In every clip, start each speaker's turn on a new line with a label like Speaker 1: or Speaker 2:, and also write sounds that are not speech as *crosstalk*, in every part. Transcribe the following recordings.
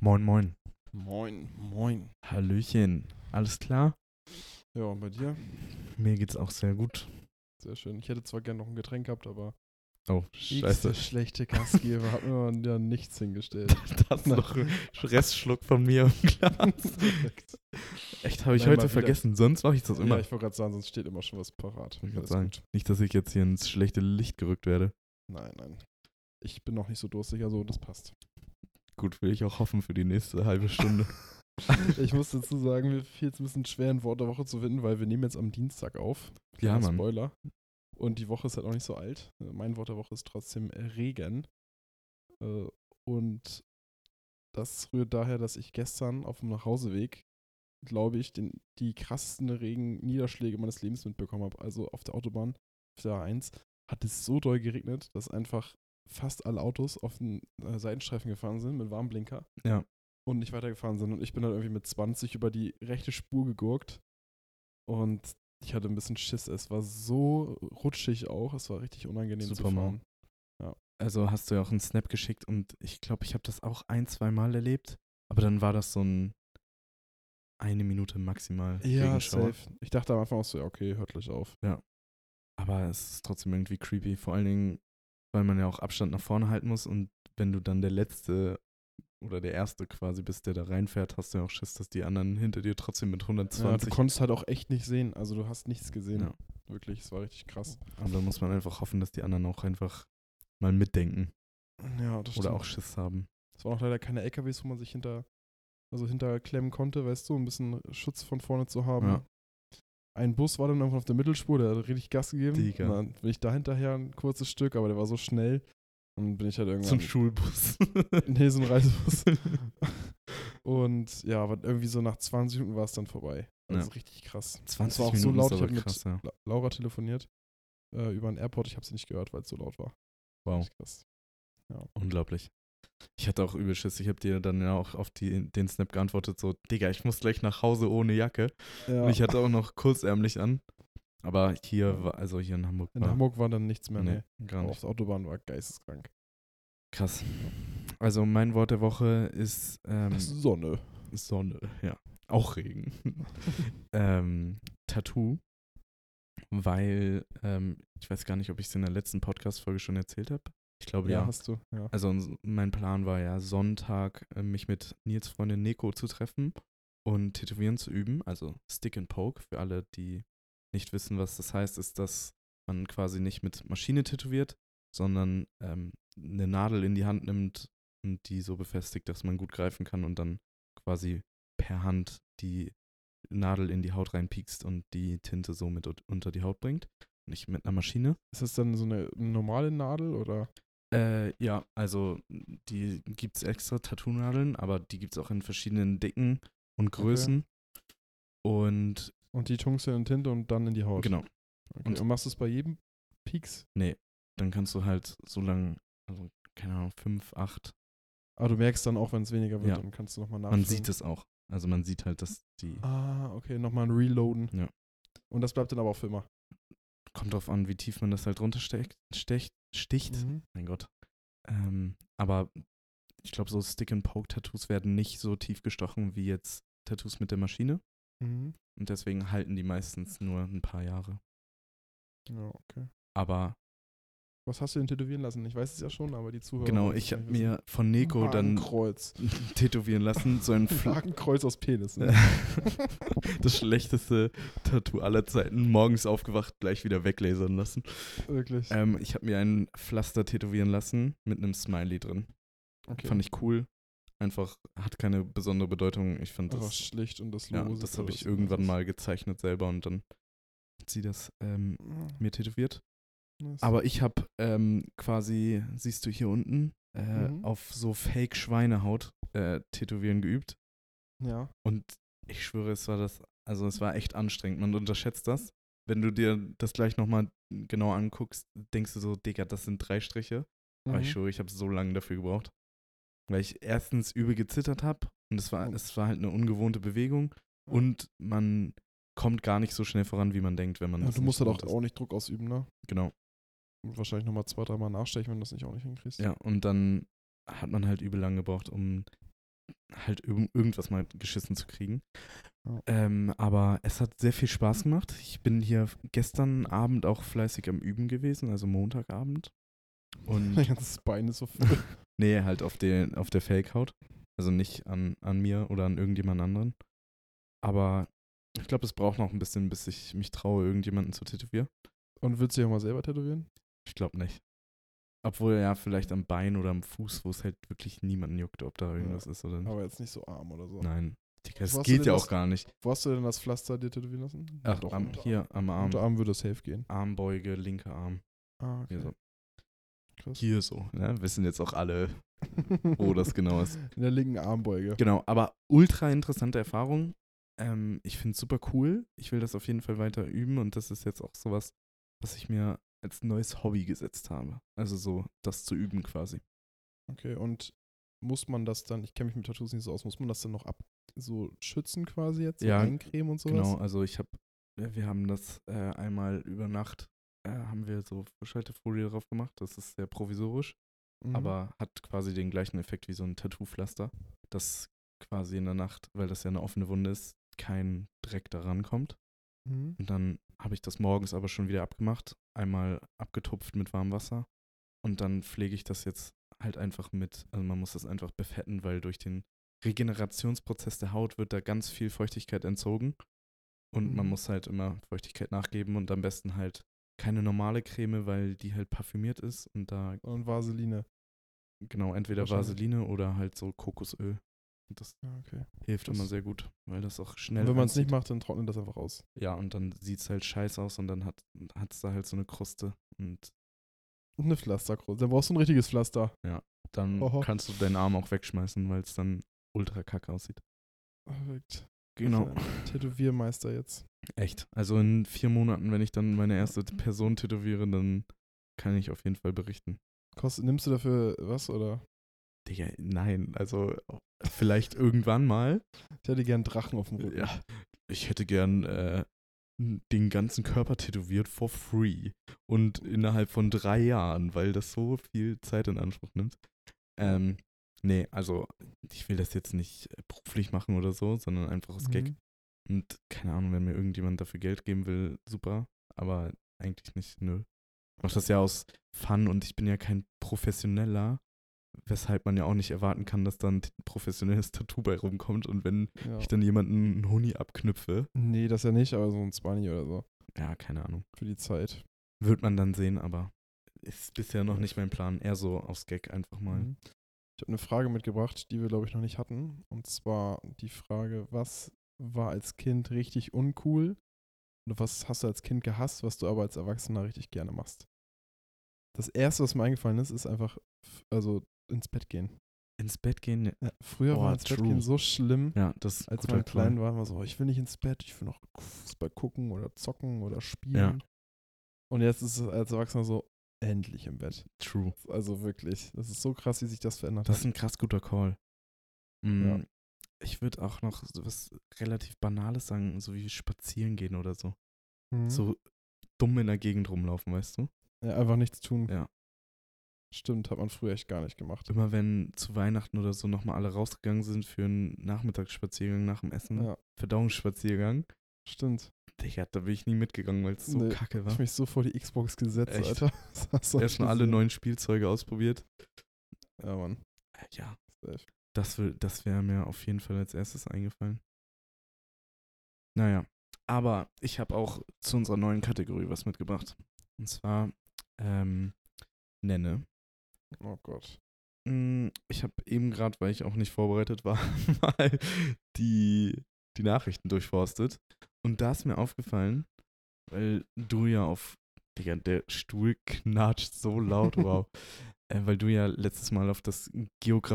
Speaker 1: Moin, moin.
Speaker 2: Moin, moin.
Speaker 1: Hallöchen. Alles klar?
Speaker 2: Ja, und bei dir?
Speaker 1: Mir geht's auch sehr gut.
Speaker 2: Sehr schön. Ich hätte zwar gerne noch ein Getränk gehabt, aber
Speaker 1: Oh,
Speaker 2: X,
Speaker 1: scheiße. *laughs*
Speaker 2: der schlechte Gastgeber, hat mir mal ja nichts hingestellt.
Speaker 1: Das ist noch ein Restschluck von mir im Glas. Echt, habe ich
Speaker 2: Nein,
Speaker 1: heute
Speaker 2: mal wieder.
Speaker 1: vergessen. Sonst mache ich das immer.
Speaker 2: Ja, ich wollte gerade sagen, sonst steht immer schon was parat. Also,
Speaker 1: Wollte ich grad
Speaker 2: Alles
Speaker 1: sagen.
Speaker 2: gut.
Speaker 1: Nicht, dass ich jetzt hier ins schlechte Licht gerückt werde.
Speaker 2: Nein, nein. Ich bin noch nicht so durstig, also das passt.
Speaker 1: Gut, will ich auch hoffen für die nächste halbe *laughs* Stunde.
Speaker 2: Ich muss dazu sagen, mir fiel es ein bisschen schwer, ein Wort der Woche zu finden, weil wir nehmen jetzt am Dienstag auf.
Speaker 1: ja,
Speaker 2: Kleiner
Speaker 1: Mann.
Speaker 2: Spoiler. Und die Woche ist halt auch nicht so alt. Äh, Mein Wort der Woche ist trotzdem äh, Regen. Äh, Und das rührt daher, dass ich gestern auf dem Nachhauseweg, glaube ich, den, die krassesten Regenniederschläge meines Lebens mitbekommen habe. Also auf der Autobahn, auf der A1, hat es so doll geregnet, dass einfach fast alle Autos auf den äh, Seitenstreifen gefahren sind mit Warnblinker.
Speaker 1: Ja.
Speaker 2: Und nicht weitergefahren sind. Und ich bin halt irgendwie mit 20 über die rechte Spur gegurkt. Und ich hatte ein bisschen Schiss. Es war so rutschig auch. Es war richtig unangenehm zu
Speaker 1: Superman.
Speaker 2: fahren.
Speaker 1: Also hast du ja auch einen Snap geschickt und ich glaube, ich habe das auch ein, zwei Mal erlebt. Aber dann war das so ein eine Minute maximal.
Speaker 2: Ja,
Speaker 1: Regenschauer.
Speaker 2: safe. Ich dachte am Anfang auch so, ja, okay, hört gleich auf.
Speaker 1: Aber es ist trotzdem irgendwie creepy, vor allen Dingen, weil man ja auch Abstand nach vorne halten muss und wenn du dann der Letzte oder der Erste quasi bist, der da reinfährt, hast du ja auch Schiss, dass die anderen hinter dir trotzdem mit
Speaker 2: Ja, du
Speaker 1: 120.
Speaker 2: konntest halt auch echt nicht sehen. Also du hast nichts gesehen.
Speaker 1: Ja.
Speaker 2: Wirklich, es war richtig krass.
Speaker 1: Aber da muss man einfach hoffen, dass die anderen auch einfach mal mitdenken
Speaker 2: Ja, das
Speaker 1: oder
Speaker 2: stimmt.
Speaker 1: auch Schiss haben.
Speaker 2: Es waren auch leider keine LKWs, wo man sich hinter, also hinterklemmen konnte, weißt du, um ein bisschen Schutz von vorne zu haben.
Speaker 1: Ja.
Speaker 2: Ein Bus war dann irgendwann auf der Mittelspur, der hat richtig Gas gegeben.
Speaker 1: Digga.
Speaker 2: Und dann bin ich da hinterher ein kurzes Stück, aber der war so schnell. Und dann bin ich halt irgendwann.
Speaker 1: Zum Schulbus. *laughs*
Speaker 2: *laughs* Nee, so ein Reisebus. Und ja, aber irgendwie so nach 20 Minuten war es dann vorbei. Also richtig krass. Das
Speaker 1: 20
Speaker 2: war auch
Speaker 1: Minuten
Speaker 2: so laut,
Speaker 1: ist
Speaker 2: ich
Speaker 1: aber
Speaker 2: hab mit-
Speaker 1: krass, ja.
Speaker 2: La Laura telefoniert äh, über einen Airport. Ich habe sie nicht gehört, weil es so laut war.
Speaker 1: Wow,
Speaker 2: Richtig krass.
Speaker 1: unglaublich. Ich hatte auch übel Schiss. Ich habe dir dann ja auch auf die, den Snap geantwortet, so, Digga, ich muss gleich nach Hause ohne Jacke.
Speaker 2: Ja,
Speaker 1: Und ich hatte auch noch kurzärmlich an. Aber hier war, also hier in Hamburg
Speaker 2: in
Speaker 1: war
Speaker 2: Hamburg war dann nichts mehr. Nee,
Speaker 1: nee, gar
Speaker 2: Aber
Speaker 1: nicht.
Speaker 2: Auf der Autobahn war geisteskrank.
Speaker 1: Krass. Also mein Wort der Woche ist ähm,
Speaker 2: Sonne.
Speaker 1: Sonne, ja. Auch *laughs* Regen. ähm, Tattoo. Weil, ähm, ich weiß gar nicht, ob ich es in der letzten Podcast-Folge schon erzählt habe. Ich glaube ja.
Speaker 2: Ja, hast du. Ja.
Speaker 1: Also uns- mein Plan war ja, Sonntag äh, mich mit Nils Freundin Neko zu treffen und tätowieren zu üben, also Stick and Poke. Für alle, die nicht wissen, was das heißt, ist, dass man quasi nicht mit Maschine tätowiert, sondern ähm, eine Nadel in die Hand nimmt und die so befestigt, dass man gut greifen kann und dann quasi per Hand die Nadel in die Haut reinpiekst und die Tinte somit ut- unter die Haut bringt. Nicht mit einer Maschine.
Speaker 2: Ist das dann so eine normale Nadel oder?
Speaker 1: Äh, ja, also die gibt es extra Tattoo-Nadeln, aber die gibt es auch in verschiedenen Dicken und Größen. Und
Speaker 2: Und die tunkst du in Tinte und dann in die Haut.
Speaker 1: genau,
Speaker 2: Okay.
Speaker 1: und-
Speaker 2: Und, machst du es bei jedem Pieks?
Speaker 1: dann kannst du halt so lang, also keine Ahnung, fünf, acht.
Speaker 2: Aber Ah, du merkst dann auch, wenn es weniger wird,
Speaker 1: Ja.
Speaker 2: dann kannst du nochmal nachfüllen.
Speaker 1: Man sieht es auch. Also man sieht halt, dass die.
Speaker 2: Ah, okay, nochmal ein Reloaden.
Speaker 1: Ja.
Speaker 2: Und das bleibt dann aber auch für immer.
Speaker 1: Kommt drauf an, wie tief man das halt runtersteckt, stecht, sticht.
Speaker 2: Mhm.
Speaker 1: Mein Gott. Ähm, aber ich glaube, so Stick-and-Poke-Tattoos werden nicht so tief gestochen wie jetzt Tattoos mit der Maschine.
Speaker 2: Mhm.
Speaker 1: Und deswegen halten die meistens nur ein paar Jahre.
Speaker 2: Ja, Genau, okay.
Speaker 1: Aber
Speaker 2: Was hast du denn tätowieren lassen? Ich weiß es ja schon, aber die Zuhörer.
Speaker 1: Genau,
Speaker 2: wollen es
Speaker 1: ich habe
Speaker 2: nicht wissen.
Speaker 1: mir von Nico dann
Speaker 2: Hakenkreuz.
Speaker 1: *laughs* tätowieren lassen, so
Speaker 2: *laughs*
Speaker 1: ein Fl
Speaker 2: Hakenkreuz aus Penis. Ne?
Speaker 1: *laughs* das schlechteste Tattoo aller Zeiten, morgens aufgewacht, gleich wieder weglasern lassen.
Speaker 2: *laughs* Wirklich.
Speaker 1: Ähm, ich habe mir ein Pflaster tätowieren lassen mit einem Smiley drin.
Speaker 2: okay.
Speaker 1: Fand ich cool. Einfach hat keine besondere Bedeutung. Ich fand
Speaker 2: aber
Speaker 1: das,
Speaker 2: schlicht und das
Speaker 1: ja,
Speaker 2: Logo. sieht
Speaker 1: das habe
Speaker 2: aus,
Speaker 1: ich
Speaker 2: als
Speaker 1: irgendwann
Speaker 2: ist-
Speaker 1: mal gezeichnet selber und dann hat sie das ähm, mir tätowiert.
Speaker 2: Mhm. Nice.
Speaker 1: Aber ich habe ähm, quasi, siehst du hier unten, äh,
Speaker 2: Mhm.
Speaker 1: auf so Fake-Schweinehaut äh, tätowieren geübt.
Speaker 2: Ja.
Speaker 1: Und ich schwöre, es war das, also es war echt anstrengend. Man unterschätzt das. Wenn du dir das gleich nochmal genau anguckst, denkst du so, Digga, das sind drei Striche. Aber ich
Speaker 2: Mhm.
Speaker 1: schwöre, ich habe so lange dafür gebraucht. Weil ich erstens übel gezittert habe und es war,
Speaker 2: Oh.
Speaker 1: es war halt eine ungewohnte Bewegung und man kommt gar nicht so schnell voran, wie man denkt, wenn man
Speaker 2: ja,
Speaker 1: das
Speaker 2: du
Speaker 1: nicht
Speaker 2: musst halt auch
Speaker 1: gewohnt ist.
Speaker 2: ordentlich Druck ausüben, ne?
Speaker 1: Genau.
Speaker 2: Und wahrscheinlich nochmal *laughs* zwei, dreimal nachstechen, wenn du das nicht auch nicht hinkriegst.
Speaker 1: Ja, und dann hat man halt übel lang gebraucht, um halt irg irgendwas mal geschissen zu kriegen.
Speaker 2: Ja.
Speaker 1: Ähm, aber es hat sehr viel Spaß gemacht. Ich bin hier gestern Abend auch fleißig am Üben gewesen, also Montagabend.
Speaker 2: *laughs*
Speaker 1: Und
Speaker 2: Mein ganzes Bein ist so voll.
Speaker 1: *laughs* Nee, halt auf, den, auf der Fake-Haut. Also nicht an, an mir oder an irgendjemand anderen. Aber ich glaube, es braucht noch ein bisschen, bis ich mich traue, irgendjemanden zu tätowieren.
Speaker 2: Und willst du dich auch mal selber tätowieren?
Speaker 1: Ich glaube nicht. Obwohl ja vielleicht am Bein oder am Fuß, wo es halt wirklich niemanden juckt, ob da irgendwas ist oder nicht.
Speaker 2: Aber jetzt nicht so arm oder so.
Speaker 1: Nein. Digga,
Speaker 2: Wo
Speaker 1: das
Speaker 2: hast du
Speaker 1: geht
Speaker 2: denn
Speaker 1: ja
Speaker 2: das-
Speaker 1: auch gar nicht.
Speaker 2: Wo hast du denn das Pflaster dir tätowieren lassen?
Speaker 1: Ach, am,
Speaker 2: unter-
Speaker 1: hier am Arm.
Speaker 2: Unter Arm würde safe gehen.
Speaker 1: Armbeuge, linker Arm.
Speaker 2: Ah, okay.
Speaker 1: Hier
Speaker 2: *laughs*
Speaker 1: so.
Speaker 2: Krass.
Speaker 1: Hier so. Ne? Wissen jetzt auch alle, wo das genau ist.
Speaker 2: In der linken Armbeuge.
Speaker 1: Genau, aber ultra interessante Erfahrung. Ähm, ich finde es super cool. Ich will das auf jeden Fall weiter üben und das ist jetzt auch sowas, was ich mir als neues Hobby gesetzt habe. Also so das zu üben quasi.
Speaker 2: Okay, und muss man das dann, ich kenne mich mit Tattoos nicht so aus, muss man das dann noch ab so schützen quasi jetzt? so
Speaker 1: Ja,
Speaker 2: Eincremen und sowas?
Speaker 1: Genau, also ich habe, wir haben das äh, einmal über Nacht, äh, haben wir so Schaltefolie drauf gemacht. Das ist sehr provisorisch,
Speaker 2: Mhm.
Speaker 1: aber hat quasi den gleichen Effekt wie so ein Tattoo-Pflaster, das quasi in der Nacht, weil das ja eine offene Wunde ist, kein Dreck daran kommt.
Speaker 2: Mhm.
Speaker 1: Und dann habe ich das morgens aber schon wieder abgemacht, einmal abgetupft mit warmem Wasser. Und dann pflege ich das jetzt halt einfach mit, also man muss das einfach befetten, weil durch den Regenerationsprozess der Haut wird da ganz viel Feuchtigkeit entzogen. Und man
Speaker 2: Mhm.
Speaker 1: muss halt immer Feuchtigkeit nachgeben und am besten halt keine normale Creme, weil die halt parfümiert ist und da
Speaker 2: Und Vaseline.
Speaker 1: genau entweder
Speaker 2: Wahrscheinlich.
Speaker 1: Vaseline oder halt so Kokosöl. Und das
Speaker 2: Ja, okay.
Speaker 1: hilft
Speaker 2: Krass.
Speaker 1: immer sehr gut, weil das auch
Speaker 2: Und
Speaker 1: schnell.
Speaker 2: wenn man es
Speaker 1: einzieht.
Speaker 2: nicht macht, dann trocknet das einfach aus.
Speaker 1: Ja, und dann sieht es halt scheiße aus und dann hat es da halt so eine Kruste. Und
Speaker 2: Und eine Pflasterkrone. Dann brauchst du ein richtiges Pflaster.
Speaker 1: dann
Speaker 2: Oho.
Speaker 1: kannst du deinen Arm auch wegschmeißen, weil es dann ultra kacke aussieht.
Speaker 2: Perfekt.
Speaker 1: Genau.
Speaker 2: Tätowiermeister jetzt.
Speaker 1: Echt. Also in vier Monaten, wenn ich dann meine erste Person tätowiere, dann kann ich auf jeden Fall berichten.
Speaker 2: Kost, nimmst du dafür was oder?
Speaker 1: Digga, nein. Also vielleicht irgendwann mal.
Speaker 2: Ich hätte gern Drachen auf dem Rücken.
Speaker 1: Ja. Ich hätte gern äh, den ganzen Körper tätowiert for free. Und innerhalb von drei Jahren, weil das so viel Zeit in Anspruch nimmt. Ähm, nee, also ich will das jetzt nicht äh, beruflich machen oder so, sondern einfach aus Gag.
Speaker 2: Mhm.
Speaker 1: Und keine Ahnung, wenn mir irgendjemand dafür Geld geben will, super. Aber eigentlich nicht, nö. Ich mach das ja aus Fun und ich bin ja kein Professioneller. Weshalb man ja auch nicht erwarten kann, dass da ein t- professionelles Tattoo bei rumkommt. Und wenn
Speaker 2: Ja.
Speaker 1: ich dann jemanden einen Huni abknüpfe.
Speaker 2: Nee, das ja nicht, aber so ein 20 oder so.
Speaker 1: Ja, keine Ahnung.
Speaker 2: Für die Zeit.
Speaker 1: Wird man dann sehen, aber ist bisher noch nicht mein Plan. Eher so aufs Gag einfach mal.
Speaker 2: Mhm. Ich habe eine Frage mitgebracht, die wir, glaube ich, noch nicht hatten. Und zwar die Frage, was war als Kind richtig uncool? Und was hast du als Kind gehasst, was du aber als Erwachsener richtig gerne machst? Das erste, was mir eingefallen ist, ist einfach, f- also ins Bett gehen.
Speaker 1: Ins Bett gehen. ne?
Speaker 2: Ja, früher
Speaker 1: Boah,
Speaker 2: war ins Bett
Speaker 1: true.
Speaker 2: gehen so schlimm.
Speaker 1: Ja, das ist ein
Speaker 2: Als
Speaker 1: guter
Speaker 2: wir klein
Speaker 1: Plan.
Speaker 2: waren, war so, oh, ich will nicht ins Bett, ich will noch Fußball gucken oder zocken oder spielen.
Speaker 1: Ja.
Speaker 2: Und jetzt ist es als Erwachsener so, endlich im Bett.
Speaker 1: True.
Speaker 2: Also wirklich, das ist so krass, wie sich das verändert
Speaker 1: Das
Speaker 2: hat.
Speaker 1: ist ein krass guter Call. Mm,
Speaker 2: Ja.
Speaker 1: Ich würde auch noch so was relativ Banales sagen, so wie spazieren gehen oder so.
Speaker 2: Mhm.
Speaker 1: So dumm in der Gegend rumlaufen, weißt du?
Speaker 2: Ja, einfach nichts tun.
Speaker 1: Ja.
Speaker 2: Stimmt, hat man früher echt gar nicht gemacht.
Speaker 1: Immer wenn zu Weihnachten oder so nochmal alle rausgegangen sind für einen Nachmittagsspaziergang nach dem Essen,
Speaker 2: Ja,
Speaker 1: Verdauungsspaziergang,
Speaker 2: stimmt.
Speaker 1: Digga, da bin ich nie mitgegangen, weil es so
Speaker 2: Nee,
Speaker 1: kacke
Speaker 2: Ich
Speaker 1: war.
Speaker 2: hab mich so vor die Xbox gesetzt,
Speaker 1: Echt?
Speaker 2: Alter. *laughs* Das hast du
Speaker 1: Erstmal
Speaker 2: nicht
Speaker 1: alle
Speaker 2: gesehen.
Speaker 1: neuen Spielzeuge ausprobiert.
Speaker 2: Ja, Mann.
Speaker 1: Äh, Ja,
Speaker 2: Safe.
Speaker 1: das, wär- das wäre mir auf jeden Fall als erstes eingefallen. Naja, aber ich habe auch zu unserer neuen Kategorie was mitgebracht. Und zwar ähm, nenne.
Speaker 2: Oh Gott.
Speaker 1: Mm, Ich habe eben gerade, weil ich auch nicht vorbereitet war, *laughs* mal die, die Nachrichten durchforstet. Und da ist mir aufgefallen, weil du ja auf. Digga, der Stuhl knatscht so laut, wow. äh, weil du ja letztes Mal auf das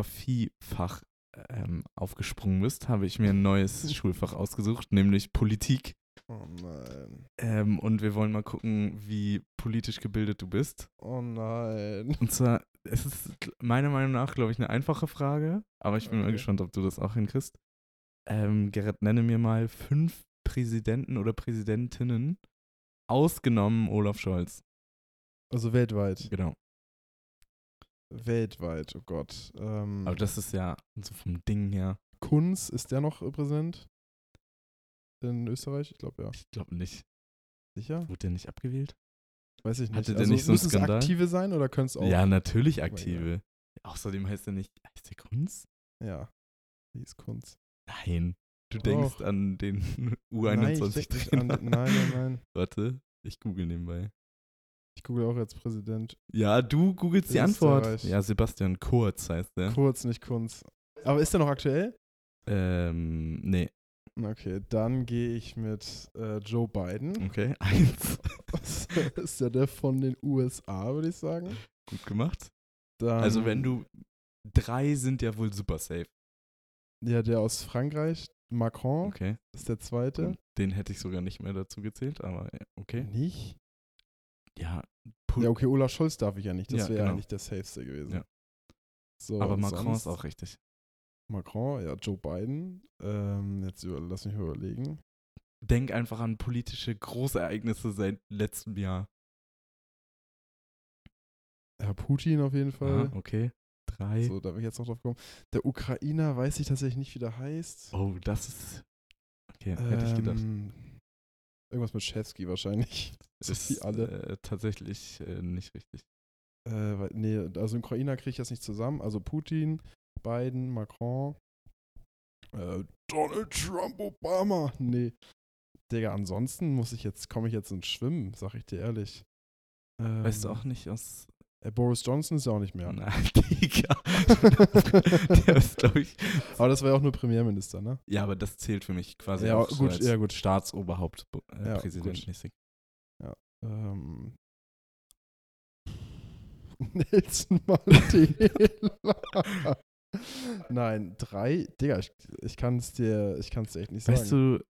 Speaker 1: Geografiefach ähm, aufgesprungen bist, habe ich mir ein neues Schulfach ausgesucht, nämlich Politik.
Speaker 2: Oh nein.
Speaker 1: Ähm, und wir wollen mal gucken, wie politisch gebildet du bist.
Speaker 2: Oh nein.
Speaker 1: Und zwar, es ist meiner Meinung nach, glaube ich, eine einfache Frage, aber ich bin mal
Speaker 2: Okay.
Speaker 1: gespannt, ob du das auch hinkriegst. Ähm, Gerrit, nenne mir mal fünf Präsidenten oder Präsidentinnen, ausgenommen Olaf Scholz.
Speaker 2: Also weltweit.
Speaker 1: Genau.
Speaker 2: Weltweit, oh Gott. Ähm,
Speaker 1: Aber das ist ja so vom Ding her.
Speaker 2: Kunz, ist der noch äh, präsent? In Österreich? Ich glaube ja.
Speaker 1: Ich glaube nicht.
Speaker 2: Sicher?
Speaker 1: Wurde der nicht abgewählt?
Speaker 2: Weiß ich nicht.
Speaker 1: Hatte der nicht so einen
Speaker 2: müssen es
Speaker 1: Skandal?
Speaker 2: aktive sein oder können es auch?
Speaker 1: Ja, natürlich
Speaker 2: Oh mein
Speaker 1: aktive. Außerdem heißt er nicht. Heißt der Kunz?
Speaker 2: Ja. Die ist Kunz.
Speaker 1: Nein. Du
Speaker 2: Doch.
Speaker 1: denkst an den
Speaker 2: nein, ich denk nicht
Speaker 1: U21-Trainer.
Speaker 2: an, nein, nein, nein.
Speaker 1: *laughs* Warte, ich google nebenbei.
Speaker 2: Ich google auch jetzt Präsident.
Speaker 1: Ja, du googelst die
Speaker 2: Österreich.
Speaker 1: Antwort. Ja, Sebastian Kurz heißt der.
Speaker 2: Kurz, nicht Kunz. Aber ist der noch aktuell?
Speaker 1: Ähm, nee,
Speaker 2: Okay, dann gehe ich mit äh, Joe Biden.
Speaker 1: okay. Eins. *laughs*
Speaker 2: Das *laughs* ist ja der von den USA, würde ich sagen.
Speaker 1: Gut gemacht.
Speaker 2: Dann,
Speaker 1: Also, wenn du. Drei sind ja wohl super safe.
Speaker 2: Ja, der aus Frankreich, Macron,
Speaker 1: Okay.
Speaker 2: ist der zweite.
Speaker 1: Den hätte ich sogar nicht mehr dazu gezählt, aber ja, okay.
Speaker 2: Nicht?
Speaker 1: Ja,
Speaker 2: Ja, okay, Olaf Scholz darf ich ja nicht. Das
Speaker 1: Ja,
Speaker 2: wäre ja
Speaker 1: genau.
Speaker 2: eigentlich der safeste gewesen.
Speaker 1: Ja.
Speaker 2: So,
Speaker 1: aber
Speaker 2: und
Speaker 1: Macron ist
Speaker 2: Oh, sonst-
Speaker 1: auch richtig.
Speaker 2: Macron, ja, Joe Biden. Ähm, jetzt über, lass mich überlegen.
Speaker 1: Denk einfach an politische Großereignisse seit letztem Jahr.
Speaker 2: Herr Putin auf jeden Fall.
Speaker 1: Ah, okay. Drei.
Speaker 2: So, da bin ich jetzt noch drauf gekommen. Der Ukrainer weiß ich tatsächlich nicht, wie der heißt.
Speaker 1: Oh, das ist. Okay, hätte ich gedacht.
Speaker 2: Ähm, Irgendwas mit Schewski wahrscheinlich. *laughs*
Speaker 1: Das
Speaker 2: wie
Speaker 1: ist
Speaker 2: alle.
Speaker 1: äh, tatsächlich äh, nicht richtig.
Speaker 2: Äh, weil- nee, also im Ukrainer kriege ich das nicht zusammen. Also Putin, Biden, Macron, äh, Donald Trump, Obama. Nee. Digga, ansonsten muss ich jetzt, komme ich jetzt ins Schwimmen, sag ich dir ehrlich. Ähm,
Speaker 1: Weißt du auch nicht aus.
Speaker 2: Äh, Boris Johnson ist ja auch nicht mehr.
Speaker 1: Na, *laughs* Digga. Der ist, glaube ich.
Speaker 2: Aber das war ja auch nur Premierminister, ne?
Speaker 1: Ja, aber das zählt für mich quasi
Speaker 2: Ja,
Speaker 1: Also auch so
Speaker 2: gut,
Speaker 1: als
Speaker 2: ja, gut.
Speaker 1: Staatsoberhaupt, äh,
Speaker 2: Ja,
Speaker 1: Präsident
Speaker 2: gut.
Speaker 1: mäßig.
Speaker 2: Ähm. *laughs* Nelson
Speaker 1: *laughs*
Speaker 2: Mandela. Nein, drei, Digga, ich, ich kann es dir, ich kann's dir echt nicht
Speaker 1: Weißt
Speaker 2: sagen.
Speaker 1: du,